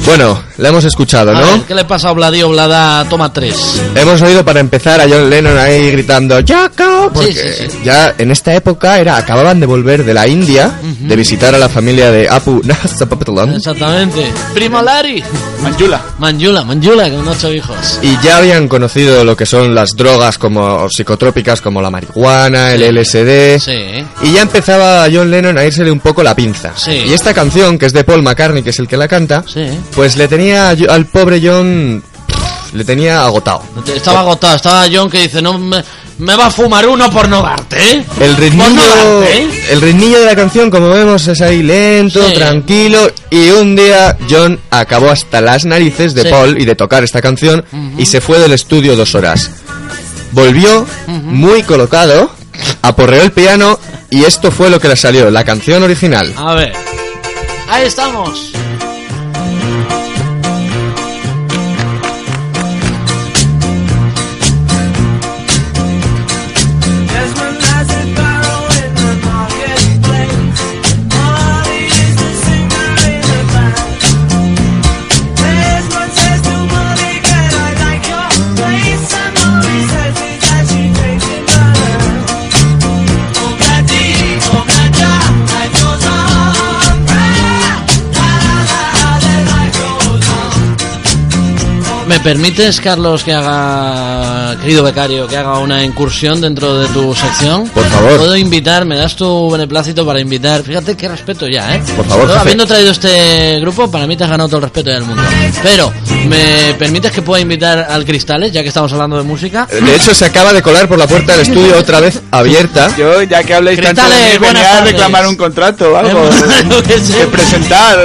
Speaker 4: Bueno, la hemos escuchado,
Speaker 3: A ver,
Speaker 4: ¿no?
Speaker 3: ¿Qué le pasa a Obladí Oblada Toma 3?
Speaker 4: Hemos oído para empezar a John Lennon ahí gritando Jacob, porque
Speaker 3: sí,
Speaker 4: ya en esta época era acababan de volver de la India, de visitar a la familia de Apu Nasapapetalan.
Speaker 3: Exactamente. Primo Lari.
Speaker 8: Manjula.
Speaker 3: Manjula, Manjula, con ocho hijos.
Speaker 4: Y ya habían conocido lo que son las drogas como psicotrópicas como la marihuana, el LSD.
Speaker 3: Sí.
Speaker 4: Y ya empezaba a John Lennon a írsele un poco la pinza. Y esta canción, que es de Paul McCartney, que es el que la canta, pues le tenía a Jo- al pobre John... Le tenía agotado.
Speaker 3: Estaba agotado, estaba John que dice, no me, me va a fumar uno por no darte, ¿eh?
Speaker 4: El
Speaker 3: Por no
Speaker 4: ritmillo,
Speaker 3: darte, ¿eh?
Speaker 4: el ritmillo de la canción, como vemos, es ahí lento,
Speaker 3: Sí.
Speaker 4: tranquilo. Y un día John acabó hasta las narices de
Speaker 3: Sí.
Speaker 4: Paul y de tocar esta canción y se fue del estudio dos horas. Volvió muy colocado, aporreó el piano y esto fue lo que le salió, la canción original.
Speaker 3: A ver. Ahí estamos. ¿Me permites, Carlos, que haga, querido becario, que haga una incursión dentro de tu sección?
Speaker 4: Por favor.
Speaker 3: Puedo invitar, me das tu beneplácito para invitar. Fíjate qué respeto ya, ¿eh?
Speaker 4: Por favor,
Speaker 3: Yo,
Speaker 4: jefe.
Speaker 3: Habiendo traído este grupo, para mí te has ganado todo el respeto del mundo. Pero, ¿me permites que pueda invitar al Cristales, ya que estamos hablando de música?
Speaker 4: De hecho, se acaba de colar por la puerta del estudio otra vez abierta.
Speaker 8: Yo, ya que habléis tanto de
Speaker 3: Cristales,
Speaker 8: mí,
Speaker 3: buenas
Speaker 8: venía Ah. a
Speaker 3: tardes.
Speaker 8: reclamar un contrato o algo. eh, que presentar.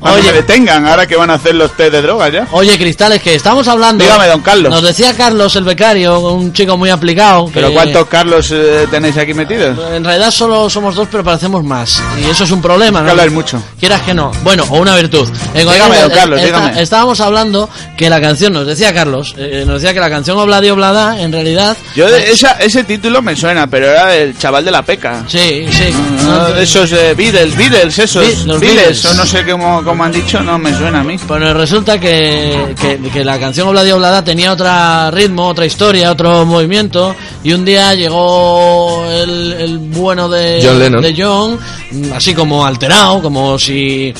Speaker 8: Oye, me detengan ahora que van a hacer los test de drogas ya.
Speaker 3: Oye, Cristales, que estamos hablando.
Speaker 8: Dígame, don Carlos.
Speaker 3: Nos decía Carlos, el becario, un chico muy aplicado. que-
Speaker 8: ¿Pero cuántos Carlos eh, tenéis aquí metidos?
Speaker 3: En realidad solo somos dos, pero parecemos más. Y eso es un problema, ¿no?
Speaker 8: que hablar mucho.
Speaker 3: Quieras que no. Bueno, o una virtud. En cualquier
Speaker 8: Dígame, don
Speaker 3: caso,
Speaker 8: Carlos,
Speaker 3: eh, está-
Speaker 8: dígame.
Speaker 3: Estábamos hablando que la canción, nos decía Carlos, eh, nos decía que la canción Obladi Oblada, en realidad. eh,
Speaker 8: Yo de- esa- ese título me suena, pero era el chaval de la peca.
Speaker 3: Sí, sí.
Speaker 8: esos eh, Beatles, Beatles, esos
Speaker 3: Bi- los
Speaker 8: Beatles,
Speaker 3: Beatles.
Speaker 8: o no sé cómo, cómo han dicho, no me suena a mí.
Speaker 3: Bueno, pues resulta que, que, que la canción Obladi Oblada tenía otro ritmo, otra historia, otro movimiento. Y un día llegó el, el bueno de
Speaker 4: John Lennon.
Speaker 3: de John, mm, así como alterado, como si.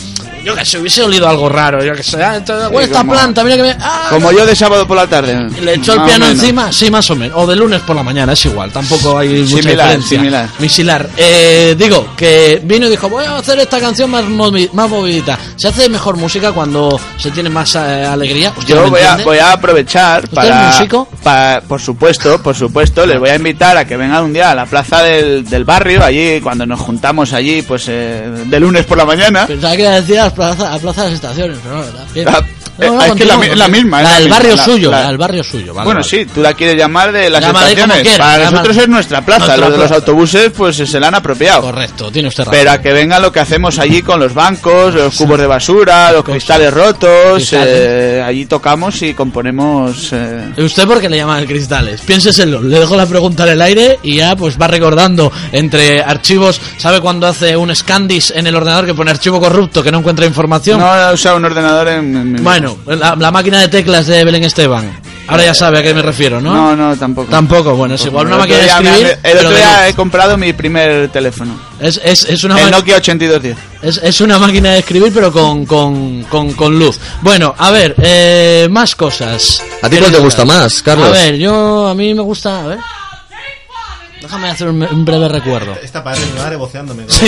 Speaker 3: Yo que sé, hubiese olido algo raro, yo que sé. ah, entonces, "Huele esta
Speaker 8: como-
Speaker 3: planta, mira que me. ah,
Speaker 8: Como yo de sábado por la tarde.
Speaker 3: Le echó el
Speaker 8: Más o
Speaker 3: piano
Speaker 8: menos.
Speaker 3: encima, sí, más o menos. O de lunes por la mañana, es igual. Tampoco hay mucha
Speaker 8: Similar,
Speaker 3: diferencia.
Speaker 8: similar.
Speaker 3: Misilar. Eh, digo, que vino y dijo, voy a hacer esta canción más, movi- más movidita. Se hace mejor música cuando se tiene más eh, alegría. ¿Usted
Speaker 8: Yo
Speaker 3: me
Speaker 8: voy a,
Speaker 3: entiende?
Speaker 8: voy a aprovechar
Speaker 3: es
Speaker 8: para,
Speaker 3: músico?
Speaker 8: pa- Por supuesto, por supuesto. Les voy a invitar a que vengan un día a la plaza del, del barrio, allí cuando nos juntamos allí, pues eh, de lunes por la mañana.
Speaker 3: Pensaba que iba a decir a las plaza- a plazas de estaciones, pero no, ¿verdad? Bien.
Speaker 8: La-
Speaker 3: No, no,
Speaker 8: eh, es que la,
Speaker 3: continúa,
Speaker 8: mi- es la misma. es
Speaker 3: La del
Speaker 8: misma,
Speaker 3: barrio
Speaker 8: la-
Speaker 3: suyo,
Speaker 8: la-
Speaker 3: la del barrio suyo. vale,
Speaker 8: bueno,
Speaker 3: vale.
Speaker 8: sí, tú la quieres llamar de las
Speaker 3: Llámale como
Speaker 8: estaciones.
Speaker 3: quieras,
Speaker 8: Para
Speaker 3: llámale.
Speaker 8: nosotros es nuestra plaza.
Speaker 3: Nuestra
Speaker 8: lo de los
Speaker 3: plaza.
Speaker 8: autobuses, pues se la han apropiado.
Speaker 3: Correcto, tiene usted razón.
Speaker 8: Pero a que venga lo que hacemos allí con los bancos, los cubos de basura, los cristales rotos.
Speaker 3: Cristales.
Speaker 8: eh, allí tocamos y componemos. eh,
Speaker 3: ¿Y ¿Usted por qué le llaman cristales? Piénseselo, le dejo la pregunta en el aire y ya pues va recordando entre archivos. ¿Sabe cuando hace un Scandis en el ordenador que pone archivo corrupto que no encuentra información?
Speaker 8: No he usado un ordenador en, en mi
Speaker 3: Bueno, la, la máquina de teclas de Belén Esteban. Ahora ya sabe a qué me refiero, ¿no?
Speaker 8: No, no, tampoco.
Speaker 3: Tampoco, bueno, es igual una
Speaker 8: El otro
Speaker 3: máquina de
Speaker 8: día me
Speaker 3: escribir.
Speaker 8: han- El
Speaker 3: pero
Speaker 8: otro
Speaker 3: de
Speaker 8: día
Speaker 3: luz.
Speaker 8: he comprado mi primer teléfono.
Speaker 3: es, es, es una
Speaker 8: El
Speaker 3: máquina.
Speaker 8: Nokia 8210.
Speaker 3: Es, es una máquina de escribir, pero con, con, con, con luz. Bueno, a ver, eh, más cosas.
Speaker 4: ¿A ti cuál te gusta más, Carlos?
Speaker 3: A ver, yo, a mí me gusta. A ver. Déjame hacer un, un breve recuerdo.
Speaker 11: Esta padre me va reboceándome.
Speaker 3: Sí.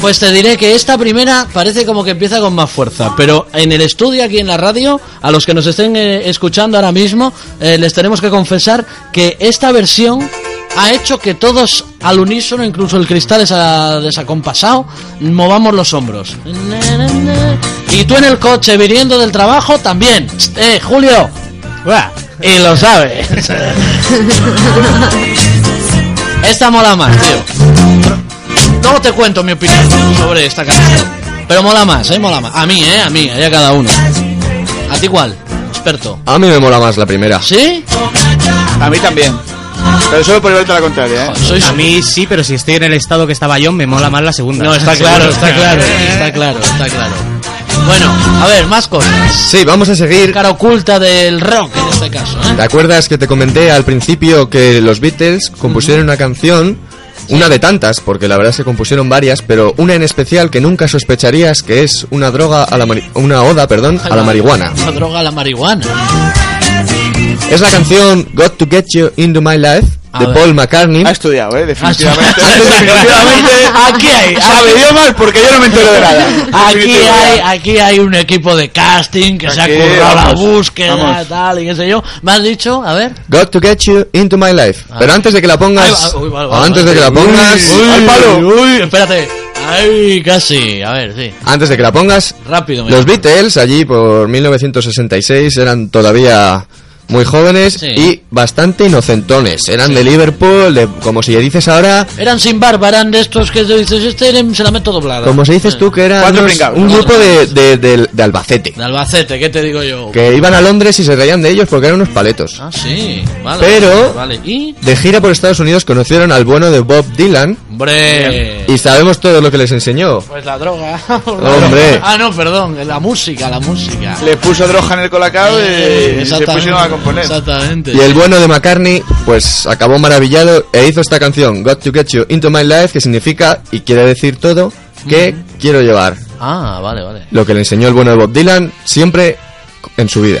Speaker 3: Pues te diré que esta primera parece como que empieza con más fuerza, pero en el estudio aquí en la radio, a los que nos estén eh, escuchando ahora mismo, eh, les tenemos que confesar que esta versión ha hecho que todos al unísono, incluso el cristal esa- desacompasado, movamos los hombros. Y tú en el coche viniendo del trabajo también. Eh, Julio. Buah, Y lo sabes. Esta mola más, tío. No te cuento mi opinión sobre esta canción. Pero mola más, eh, mola más. A mí, eh, a mí, allá cada uno. ¿A ti cuál? Experto.
Speaker 4: A mí me mola más la primera.
Speaker 3: ¿Sí?
Speaker 8: A mí también. Pero solo por llevarte la contraria, ¿eh?
Speaker 6: A mí sí, pero si estoy en el estado que estaba yo, me mola más la segunda.
Speaker 3: No, está claro, está claro, está claro, está claro. Bueno, a ver, más cosas.
Speaker 4: Sí, vamos a seguir.
Speaker 3: Cara oculta del rock en este caso, ¿eh?
Speaker 4: ¿Te acuerdas que te comenté al principio que los Beatles compusieron una canción, una de tantas, porque la verdad es que compusieron varias, pero una en especial que nunca sospecharías que es una droga a la mari- una oda, perdón, a la marihuana.
Speaker 3: La droga, a la marihuana.
Speaker 4: Es la canción Got to Get You Into My Life de
Speaker 3: ver. Ah,
Speaker 4: Paul McCartney.
Speaker 8: Ha estudiado, ¿eh? Definitivamente.
Speaker 3: Definitivamente, aquí hay.
Speaker 8: Sabe idiomas porque yo no me entero de nada.
Speaker 3: Aquí hay, aquí hay un equipo de casting que se ha
Speaker 8: Aquí,
Speaker 3: currado la
Speaker 8: vamos,
Speaker 3: búsqueda,
Speaker 8: vamos.
Speaker 3: tal y qué sé yo. ¿Me has dicho? A ver.
Speaker 4: Got to Get You Into My Life. Pero antes de que la pongas,
Speaker 3: Ah. Ay, va, uy, va, va,
Speaker 4: antes
Speaker 3: va.
Speaker 4: de que la pongas,
Speaker 3: Uy,
Speaker 4: al palo.
Speaker 3: uy, espérate. Ay, casi. A ver, sí.
Speaker 4: Antes de que la pongas,
Speaker 3: Rápido. mira.
Speaker 4: Los Beatles allí por 1966 eran todavía muy jóvenes
Speaker 3: Sí.
Speaker 4: y bastante inocentones. Eran de Liverpool, de- como si dices ahora,
Speaker 3: Eran sin barba, eran de estos que te dices, este era- se la meto doblada.
Speaker 4: como si dices tú que eran
Speaker 8: Cuatro
Speaker 4: unos-
Speaker 8: pringados.
Speaker 4: un grupo de, de- de- de Albacete.
Speaker 3: De Albacete, ¿qué te digo yo?
Speaker 4: Que iban a Londres y se reían de ellos porque eran unos paletos.
Speaker 3: Ah, sí. Vale.
Speaker 4: Pero-
Speaker 3: Vale, y...
Speaker 4: De gira por Estados Unidos conocieron al bueno de Bob Dylan
Speaker 3: Hombre...
Speaker 4: y sabemos todo lo que les enseñó.
Speaker 3: Pues la droga.
Speaker 4: Hombre.
Speaker 3: Ah, no, perdón. La música, la música. Eh,
Speaker 8: Le puso droga en el colacao y se
Speaker 3: Exactamente,
Speaker 8: pusieron a componer.
Speaker 3: Exactamente.
Speaker 4: Y el bueno de McCartney, pues acabó maravillado e hizo esta canción, Got to Get You Into My Life, que significa, y quiere decir todo, que quiero llevar.
Speaker 3: Ah, vale, vale.
Speaker 4: Lo que le enseñó el bueno de Bob Dylan siempre en su vida.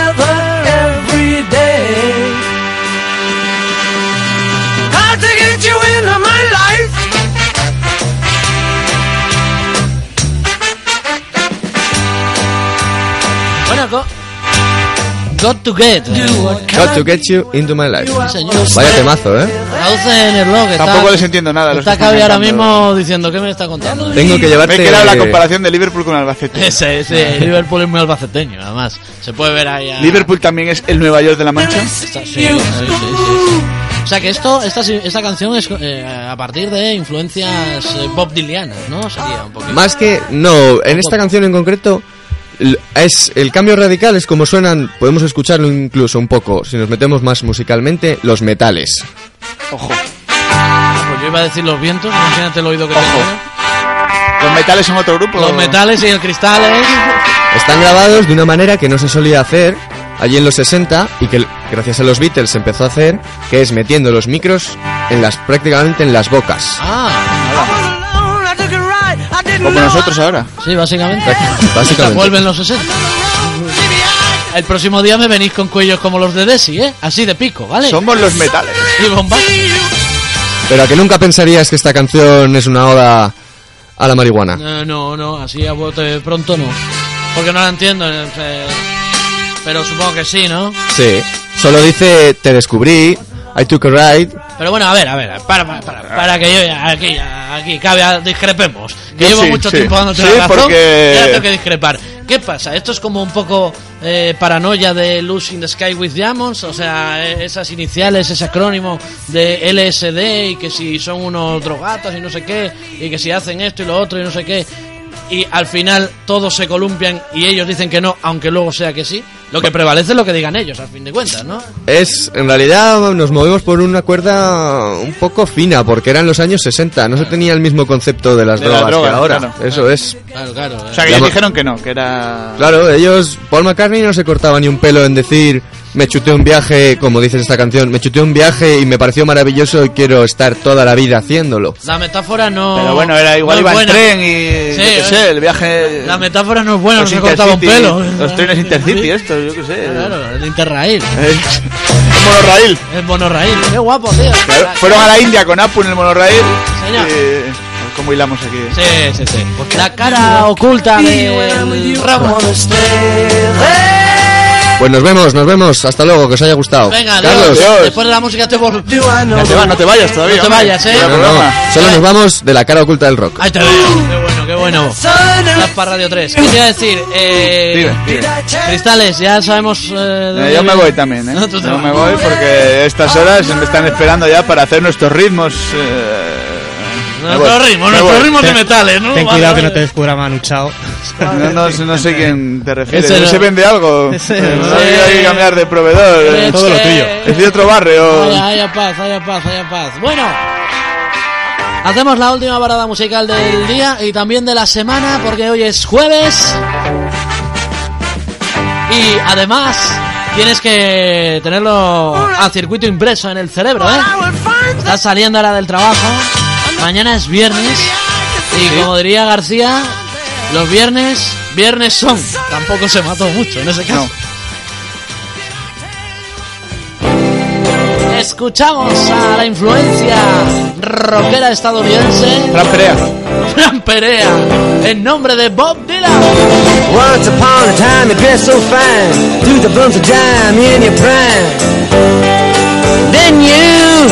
Speaker 12: every day. Hard to get you into my life.
Speaker 3: Bueno, go- Got to get.
Speaker 4: Got to get you into my life. Vaya temazo, ¿eh?
Speaker 3: Traduce en el blog. está-
Speaker 8: Tampoco les entiendo nada.
Speaker 3: Está Cavi ahora mismo diciendo, ¿qué me está contando?
Speaker 8: Tengo que llevarte- eh, Ah. Me he quedado la comparación de Liverpool con Albacete.
Speaker 3: Ese, ese. Liverpool es muy albaceteño, además. Se puede ver ahí. a-
Speaker 8: Liverpool también es el Nueva York de la Mancha.
Speaker 3: Sí, sí, sí, sí. O sea que esto, esta, esta canción es eh, a partir de influencias eh, pop dilianas, ¿no? Sería un poquito.
Speaker 4: Más que, no, en esta canción en concreto l- es el cambio radical es como suenan, podemos escucharlo incluso un poco, si nos metemos más musicalmente, los metales.
Speaker 8: Ojo.
Speaker 3: Pues yo iba a decir los vientos, imagínate el oído que tengo.
Speaker 8: Los metales son otro grupo.
Speaker 3: Los metales y el cristal es...
Speaker 4: Están grabados de una manera que no se solía hacer allí en los 60 y que l- gracias a los Beatles se empezó a hacer, que es metiendo los micros en las prácticamente en las bocas.
Speaker 12: Ah,
Speaker 8: Como nosotros ahora.
Speaker 3: Sí, básicamente.
Speaker 4: Básicamente.
Speaker 3: Vuelven los 60. El próximo día me venís con cuellos como los de Desi, ¿eh? Así de pico, ¿vale?
Speaker 8: Somos los metales.
Speaker 3: Y bomba.
Speaker 4: Pero a que nunca pensarías que esta canción es una oda a la marihuana.
Speaker 3: No, no, no, así a bote pronto no. Porque no la entiendo. eh, Pero supongo que sí, ¿no?
Speaker 4: Sí, solo dice te descubrí, I took a ride,
Speaker 3: Pero bueno, a ver, a ver, para, para, para, para que yo ya- aquí, ya- aquí, cabe, a- discrepemos. Que
Speaker 8: Yo
Speaker 3: llevo
Speaker 8: sí,
Speaker 3: mucho
Speaker 8: sí.
Speaker 3: tiempo dándote
Speaker 8: Sí,
Speaker 3: la razón.
Speaker 8: porque-
Speaker 3: y ahora tengo que discrepar. ¿Qué pasa? ¿Esto es como un poco eh, paranoia de Luz in the Sky with Diamonds? O sea, eh, esas iniciales, ese acrónimo de LSD y que si son unos drogatos y no sé qué, y que si hacen esto y lo otro y no sé qué. Y al final todos se columpian y ellos dicen que no, aunque luego sea que sí. Lo que prevalece es lo que digan ellos, al fin de cuentas, ¿no?
Speaker 4: Es, en realidad, nos movemos por una cuerda un poco fina, porque eran los años 60, no se tenía el mismo concepto de las
Speaker 8: De
Speaker 4: drogas
Speaker 8: las drogas,
Speaker 4: que ahora.
Speaker 8: claro.
Speaker 4: Eso es.
Speaker 3: Claro, claro.
Speaker 8: O sea, que
Speaker 4: La
Speaker 8: ellos
Speaker 4: ma-
Speaker 8: dijeron que no, que era...
Speaker 4: Claro, ellos, Paul McCartney no se cortaba ni un pelo en decir, me chuté un viaje, como dice en esta canción, me chuté un viaje y me pareció maravilloso y quiero estar toda la vida haciéndolo.
Speaker 3: La metáfora no.
Speaker 8: Pero bueno, era igual
Speaker 3: no
Speaker 8: iba
Speaker 3: es
Speaker 8: en
Speaker 3: buena.
Speaker 8: tren y...
Speaker 3: Sí,
Speaker 8: yo qué sé, el viaje...
Speaker 3: La metáfora no es buena, no
Speaker 8: los
Speaker 3: se cortaba un
Speaker 8: Intercity,
Speaker 3: pelo.
Speaker 8: Los trenes Intercity, esto, yo qué sé.
Speaker 3: Claro, el Interrail.
Speaker 8: El monorraíl.
Speaker 3: El monorraíl. Qué guapo, tío.
Speaker 8: Claro, Fueron a la India con Apu en el monorraíl.
Speaker 3: Señor.
Speaker 8: Eh, ¿Cómo hilamos aquí? Eh,
Speaker 3: Sí, sí, sí. La cara oculta de Ramos.
Speaker 4: Pues nos vemos, nos vemos, hasta luego, que os haya gustado.
Speaker 3: Venga,
Speaker 4: Carlos,
Speaker 3: adiós. Después de la música te vol-
Speaker 8: No te, va- no te vayas todavía.
Speaker 3: No te
Speaker 8: hombre.
Speaker 3: vayas, eh.
Speaker 8: Queda
Speaker 4: No, no,
Speaker 8: programa.
Speaker 4: solo nos vamos de la cara oculta del rock.
Speaker 3: Ahí te veo. Qué bueno, qué bueno. Estás para Radio 3. ¿Qué te iba a decir? Eh,
Speaker 8: Dime, dime.
Speaker 3: Cristales, ya sabemos. eh, dónde
Speaker 8: Eh, yo me
Speaker 3: vive.
Speaker 8: voy también, ¿eh?
Speaker 3: No, tú te
Speaker 8: Yo
Speaker 3: vas.
Speaker 8: me voy porque estas horas me están esperando ya para hacer nuestros ritmos. eh, me
Speaker 3: Nuestro
Speaker 8: voy,
Speaker 3: ritmo,
Speaker 8: me
Speaker 3: nuestro
Speaker 8: voy.
Speaker 3: ritmo de metales, ¿no?
Speaker 6: Ten
Speaker 3: Vale,
Speaker 6: cuidado que
Speaker 3: vale.
Speaker 6: no te descubra Manu Chao.
Speaker 8: No, no, sé- no sé quién te refieres.
Speaker 6: Ese
Speaker 8: ¿No
Speaker 6: no.
Speaker 8: se vende algo?
Speaker 6: Ese
Speaker 8: Eh,
Speaker 6: no.
Speaker 8: Voy a ir a cambiar de proveedor. eh.
Speaker 6: Todo lo tuyo.
Speaker 8: Es de otro barrio.
Speaker 3: Haya, haya paz, haya paz, haya paz. Bueno, hacemos la última parada musical del día y también de la semana porque hoy es jueves. Y además tienes que tenerlo a circuito impreso en el cerebro, ¿eh? Estás saliendo ahora del trabajo. Mañana es viernes. Y como diría García, los viernes, viernes son. Tampoco se mató mucho en ese caso. Escuchamos a la influencia rockera estadounidense
Speaker 8: Fran Perea.
Speaker 3: Fran Perea en nombre de Bob Dylan.
Speaker 12: Once upon a time, you dressed so fine, through the bumps of dime in your prime. Then you,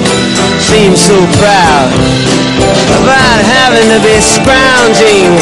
Speaker 12: seem so proud about having to be scrounging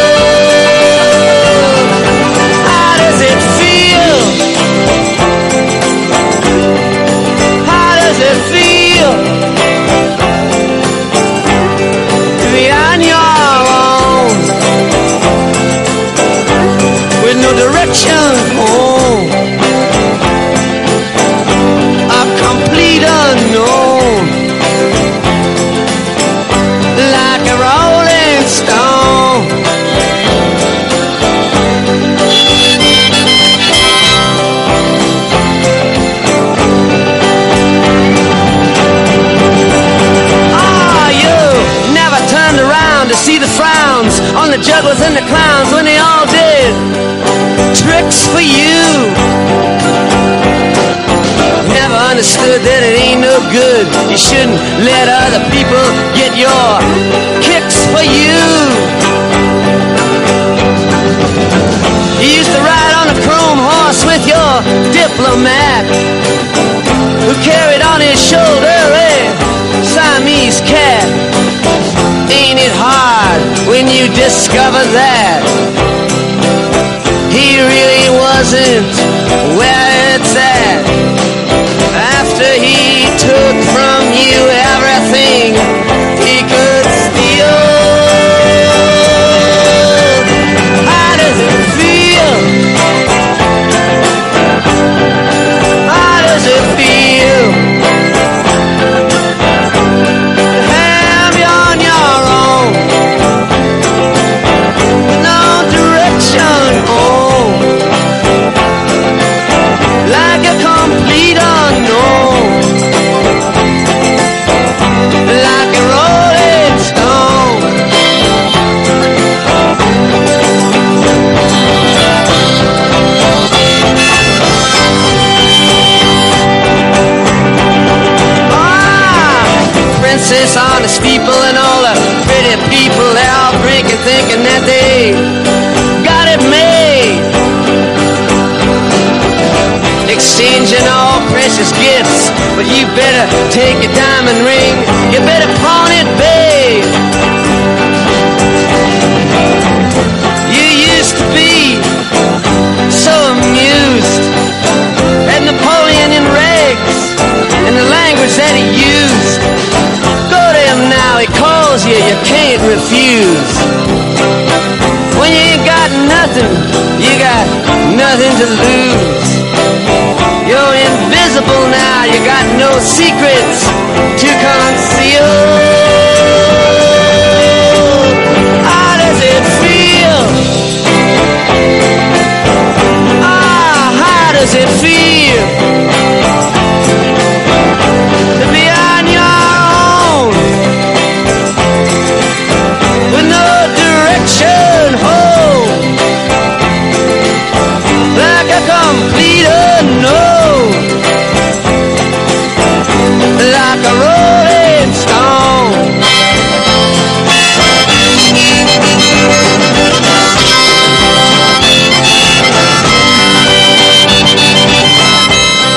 Speaker 15: How does it feel? How does it feel? to be on your own with no direction home, a complete unknown, like a rolling stone. Ah, you never turned around to see the frowns on the jugglers and the clowns when they all did tricks for you. Never understood that it ain't no good. You shouldn't let other people get your kicks for you. You used to ride on a chrome horse with your diplomat who carried on his shoulder a Siamese cat. Ain't it hard when you discover that he really wasn't where it's at? After he took from you everything he could steal. How does it feel? How does it feel? Have you on your own. No direction oh. home. Like a complete unknown. Like a rolling stone. Ah, princess on the steeple and all the pretty people they're all drinking thinking that they got it made exchanging all precious gifts but you better take your diamond ring you better pawn it babe you used to be so amused at Napoleon in rags and the language that he used Go to him now, he calls you, you can't refuse. When you ain't got nothing, you got nothing to lose. You're invisible now, you got no secrets to conceal. How does it feel? Ah, how does it feel? To be on your own with no direction home, like a complete unknown, like a rolling stone.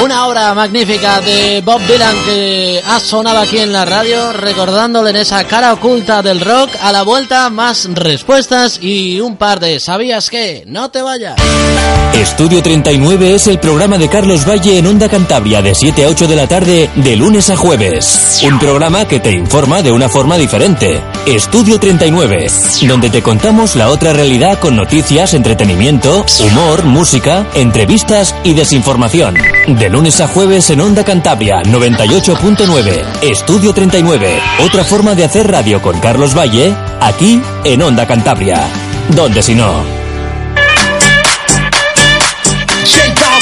Speaker 3: Una obra magnífica de Bob Dylan que ha sonado aquí en la radio, recordándole en esa cara oculta del rock. A la vuelta, más respuestas y un par de ¿sabías qué? No te vayas.
Speaker 1: Estudio 39 es el programa de Carlos Valle en Onda Cantabria de 7 a 8 de la tarde de lunes a jueves. Un programa que te informa de una forma diferente. Estudio 39, donde te contamos la otra realidad con noticias, entretenimiento, humor, música, entrevistas y desinformación. De lunes a jueves en Onda Cantabria 98.9. Estudio 39, otra forma de hacer radio con Carlos Valle, aquí en Onda Cantabria. Donde si no.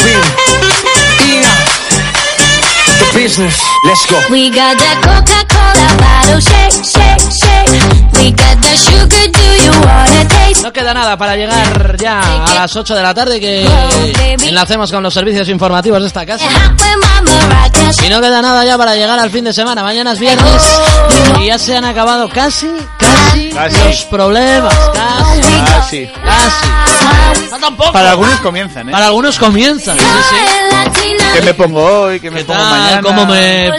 Speaker 10: we in the business. Let's go.
Speaker 12: We got that Coca-Cola bottle shake, shake, shake. We got that sugar, do you wanna taste?
Speaker 3: No queda nada para llegar ya a las 8 de la tarde que enlacemos con los servicios informativos de esta casa. Y no queda nada ya para llegar al fin de semana. Mañana es viernes y ya se han acabado casi, casi, los problemas. Casi,
Speaker 8: casi.
Speaker 3: casi. No tampoco.
Speaker 8: Ah, Para algunos comienzan, ¿eh?
Speaker 3: Para algunos comienzan. Sí, sí.
Speaker 8: ¿Qué me pongo hoy? ¿Qué me pongo mañana?
Speaker 3: ¿Cómo me-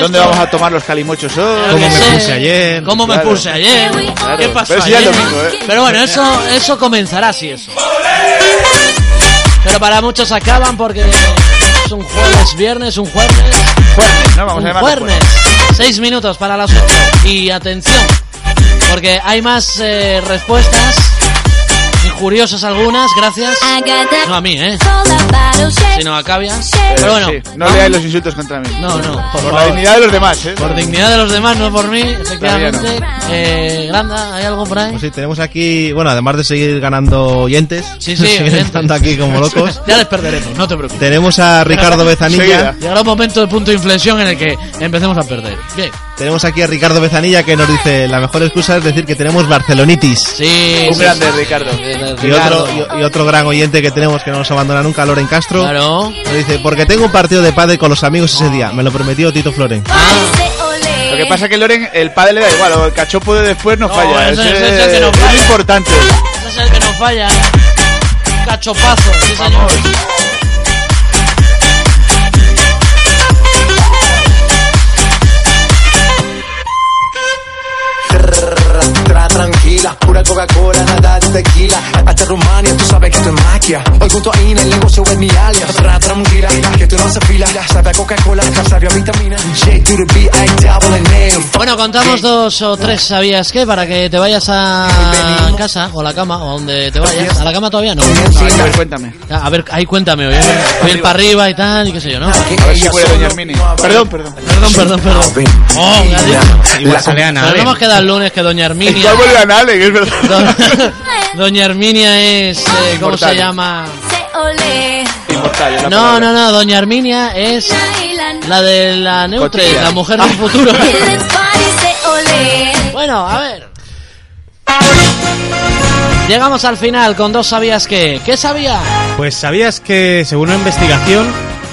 Speaker 8: ¿Dónde vamos a tomar los calimochos hoy?
Speaker 3: ¿Cómo me puse ayer? ¿Cómo me
Speaker 8: Claro.
Speaker 3: puse ayer?
Speaker 8: Claro.
Speaker 3: ¿Qué pasó
Speaker 8: Pero si ya
Speaker 3: ayer?
Speaker 8: es domingo, ¿eh?
Speaker 3: Pero bueno, eso, eso comenzará así, eso. Pero para muchos acaban porque es un jueves, viernes, un jueves.
Speaker 8: Jueves, ¿no? Vamos a
Speaker 3: un
Speaker 8: llamarlo
Speaker 3: jueves. Seis minutos para las ocho. Y atención, porque hay más eh, respuestas. Injuriosas algunas, gracias. No a mí, ¿eh? Sino a Cabias. Pero bueno,
Speaker 8: sí, no leáis los insultos contra mí.
Speaker 3: No, no.
Speaker 8: Por, la
Speaker 3: favor.
Speaker 8: dignidad de los demás, ¿eh?
Speaker 3: Por dignidad de los demás, no por mí, efectivamente.
Speaker 8: Todavía
Speaker 3: Eh, Granda, ¿hay algo por ahí?
Speaker 11: Pues sí, tenemos aquí, bueno, además de seguir ganando oyentes,
Speaker 3: Sí, sí,
Speaker 11: siguen
Speaker 3: oyentes.
Speaker 11: estando aquí como locos.
Speaker 3: Ya les perderemos, no te preocupes.
Speaker 11: Tenemos a Ricardo Bezanilla.
Speaker 3: Llegará un momento de punto de inflexión en el que empecemos a perder. Bien.
Speaker 11: Tenemos aquí a Ricardo Bezanilla que nos dice la mejor excusa es decir que tenemos barcelonitis.
Speaker 3: Sí.
Speaker 8: Un
Speaker 3: sí,
Speaker 8: grande,
Speaker 3: sí.
Speaker 8: Ricardo.
Speaker 11: Y otro, y, y otro gran oyente que tenemos que no nos abandona nunca, Loren Castro.
Speaker 3: Claro.
Speaker 11: Nos dice, porque tengo un partido de padre con los amigos ese día. Me lo prometió Tito Floren.
Speaker 8: Ah. Lo que pasa es que Loren, el padre le da igual, o el cachopo de después no, falla.
Speaker 3: ese-
Speaker 8: Ese
Speaker 3: ese es el que no
Speaker 8: es
Speaker 3: falla.
Speaker 8: importante.
Speaker 3: Ese es el que nos falla. Cachopazo, sí, señor.
Speaker 10: Tra- tranquila, pura Coca-Cola, nada de tequila. Hasta Rumania, tú sabes que esto es magia. Hoy junto a Ina, el negocio es mi alias. Tra- tranquila, que esto no se fila. Sabe a Coca-Cola, sabe a vitamina. J to the B, I double N.
Speaker 3: Bueno, contamos dos o tres, ¿sabías qué? Para que te vayas a casa o a la cama o a donde te vayas. A la cama todavía no.
Speaker 8: A ver, cuéntame.
Speaker 3: Ya, A ver, ahí cuéntame, oye. Voy a ir para arriba y tal, y qué sé yo, ¿no?
Speaker 8: A ver si puede Doña Hermini. Perdón, perdón.
Speaker 3: Perdón, perdón, perdón. Oh, me ha dicho.
Speaker 8: Igual sale Ana
Speaker 3: Pero
Speaker 8: Belén.
Speaker 3: no hemos quedado el lunes que Doña Herminia.
Speaker 8: Igual vuelve a Nale, que es verdad.
Speaker 3: Do- Doña Herminia es. eh, ¿Cómo
Speaker 8: Inmortal.
Speaker 3: se llama?
Speaker 8: Inmortal, es la
Speaker 3: No,
Speaker 8: palabra.
Speaker 3: no, no. Doña Herminia es. La de la Neutre,
Speaker 8: Cotilla.
Speaker 3: la mujer del futuro.
Speaker 12: Bueno,
Speaker 3: a ver. Llegamos al final con dos sabías que. ¿Qué sabía?
Speaker 6: Pues sabías que, según una investigación,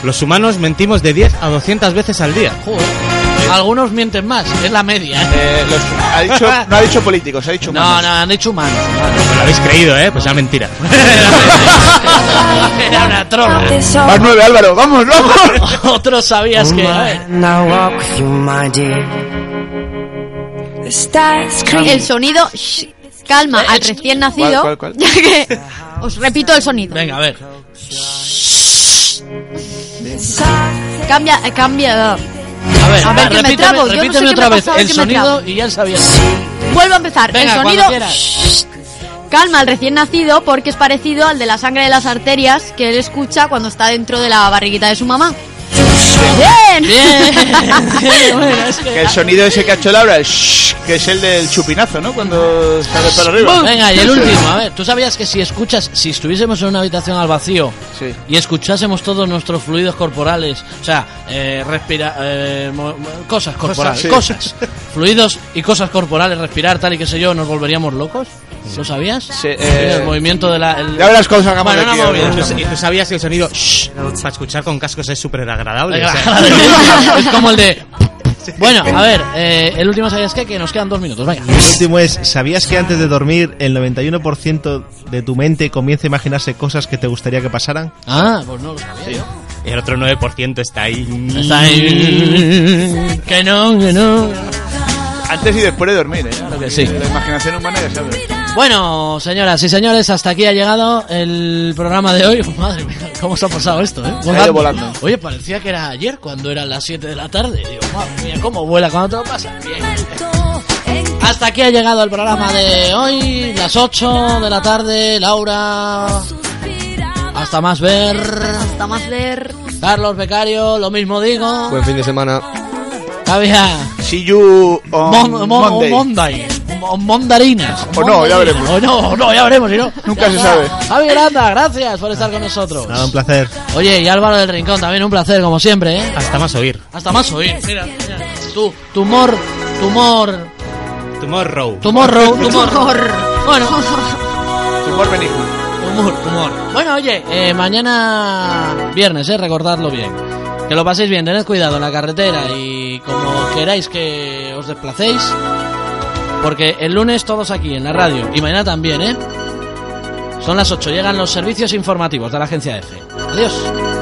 Speaker 6: los humanos mentimos de 10 a 200 veces al día.
Speaker 3: Joder. Algunos mienten más, es la media.
Speaker 8: Eh, los- ha dicho- no ha dicho políticos, ha dicho
Speaker 3: No,
Speaker 8: humanos.
Speaker 3: no, han dicho humanos.
Speaker 6: Lo habéis creído, ¿eh? Pues ya mentira.
Speaker 3: Era una trola.
Speaker 8: Más nueve, Álvaro. Vamos, vamos.
Speaker 3: Otros sabías que. A ver.
Speaker 12: Now walk with you, my dear. The stars
Speaker 7: El sonido. shh, calma, al recién nacido.
Speaker 12: ¿Eh? ¿Cuál, cuál, cuál?
Speaker 7: Ya que. Os repito el sonido.
Speaker 3: Venga, a ver.
Speaker 7: Cambia, eh, cambia.
Speaker 3: A ver,
Speaker 7: A ver,
Speaker 3: va,
Speaker 7: que me
Speaker 3: repíteme,
Speaker 7: trabo, yo no sé
Speaker 3: repíteme
Speaker 7: qué me
Speaker 3: otra vez
Speaker 7: pasaba,
Speaker 3: el
Speaker 7: que me
Speaker 3: sonido
Speaker 7: trabo.
Speaker 3: y ya sabías.
Speaker 7: Vuelvo a empezar.
Speaker 3: Venga,
Speaker 7: el
Speaker 3: cuando
Speaker 7: sonido.
Speaker 3: quieras.
Speaker 7: shh, Calma al recién nacido porque es parecido al de la sangre de las arterias que él escucha cuando está dentro de la barriguita de su mamá. ¡Bien!
Speaker 8: Que el sonido ese que ha hecho Laura, el shh, que es el del chupinazo, ¿no? Cuando sale para arriba.
Speaker 3: Venga, y el último, a ver, ¿tú sabías que si escuchas, si estuviésemos en una habitación al vacío
Speaker 8: Sí.
Speaker 3: y escuchásemos todos nuestros fluidos corporales, o sea, eh, respira, eh, mo- mo- cosas corporales,
Speaker 8: sí.
Speaker 3: cosas, fluidos y cosas corporales, respirar, tal y qué sé yo, nos volveríamos locos? ¿Lo sabías?
Speaker 8: eh,
Speaker 3: el movimiento de la... el-
Speaker 8: Ya verás cómo sacamos
Speaker 3: Bueno,
Speaker 8: de
Speaker 3: una
Speaker 8: aquí,
Speaker 3: movida.
Speaker 8: ahora.
Speaker 6: ¿Y tú sabías que el sonido shh, para escuchar con cascos es súper agradable?
Speaker 3: es como el de... Bueno, a ver, eh, el último sabías qué, que nos quedan dos minutos, venga.
Speaker 11: Y el último es, ¿sabías que antes de dormir el 91% de tu mente comienza a imaginarse cosas que te gustaría que pasaran?
Speaker 3: Ah, pues no lo sabía yo.
Speaker 6: El otro 9% está ahí.
Speaker 3: Está ahí. Que no, que no.
Speaker 8: Antes y después de dormir, ¿eh? Claro
Speaker 3: que sí.
Speaker 8: La imaginación humana ya sabe.
Speaker 3: Bueno, señoras y señores, hasta aquí ha llegado el programa de hoy. Madre mía, cómo se ha pasado esto, ¿eh?
Speaker 8: Se ha ido volando.
Speaker 3: Oye, parecía que era ayer cuando eran las 7 de la tarde. Digo, madre mía, cómo vuela cuando te lo pasa. Bien. Hasta aquí ha llegado el programa de hoy, las 8 de la tarde. Laura. Hasta más ver.
Speaker 7: Hasta más ver.
Speaker 3: Carlos Becario, lo mismo digo.
Speaker 4: Buen fin de semana.
Speaker 3: Javier.
Speaker 8: See you on
Speaker 3: Mon- mon-
Speaker 8: Monday.
Speaker 3: Monday. o mandarinas.
Speaker 8: O no, ya
Speaker 3: Mandarinas.
Speaker 8: veremos.
Speaker 3: O no, o no, ya veremos. si no.
Speaker 8: Nunca se
Speaker 3: Ya
Speaker 8: sabe.
Speaker 3: está. Javi Granda, gracias por estar con nosotros.
Speaker 6: Nada, un placer.
Speaker 3: Oye, y Álvaro del Rincón, también un placer, como siempre, ¿eh?
Speaker 6: Hasta más oír.
Speaker 3: Hasta más oír. Mira, mira. Tú, tumor, tumor,
Speaker 6: Tomorrow.
Speaker 3: tomorrow, tumor. Bueno.
Speaker 8: Tumor benigno.
Speaker 3: Tumor, tumor. Bueno, oye, eh, mañana viernes, ¿eh? Recordadlo bien. Que lo paséis bien, tened cuidado en la carretera y como queráis que os desplacéis. Porque el lunes todos aquí en la radio y mañana también, ¿eh? Son las 8, llegan los servicios informativos de la agencia F. Adiós.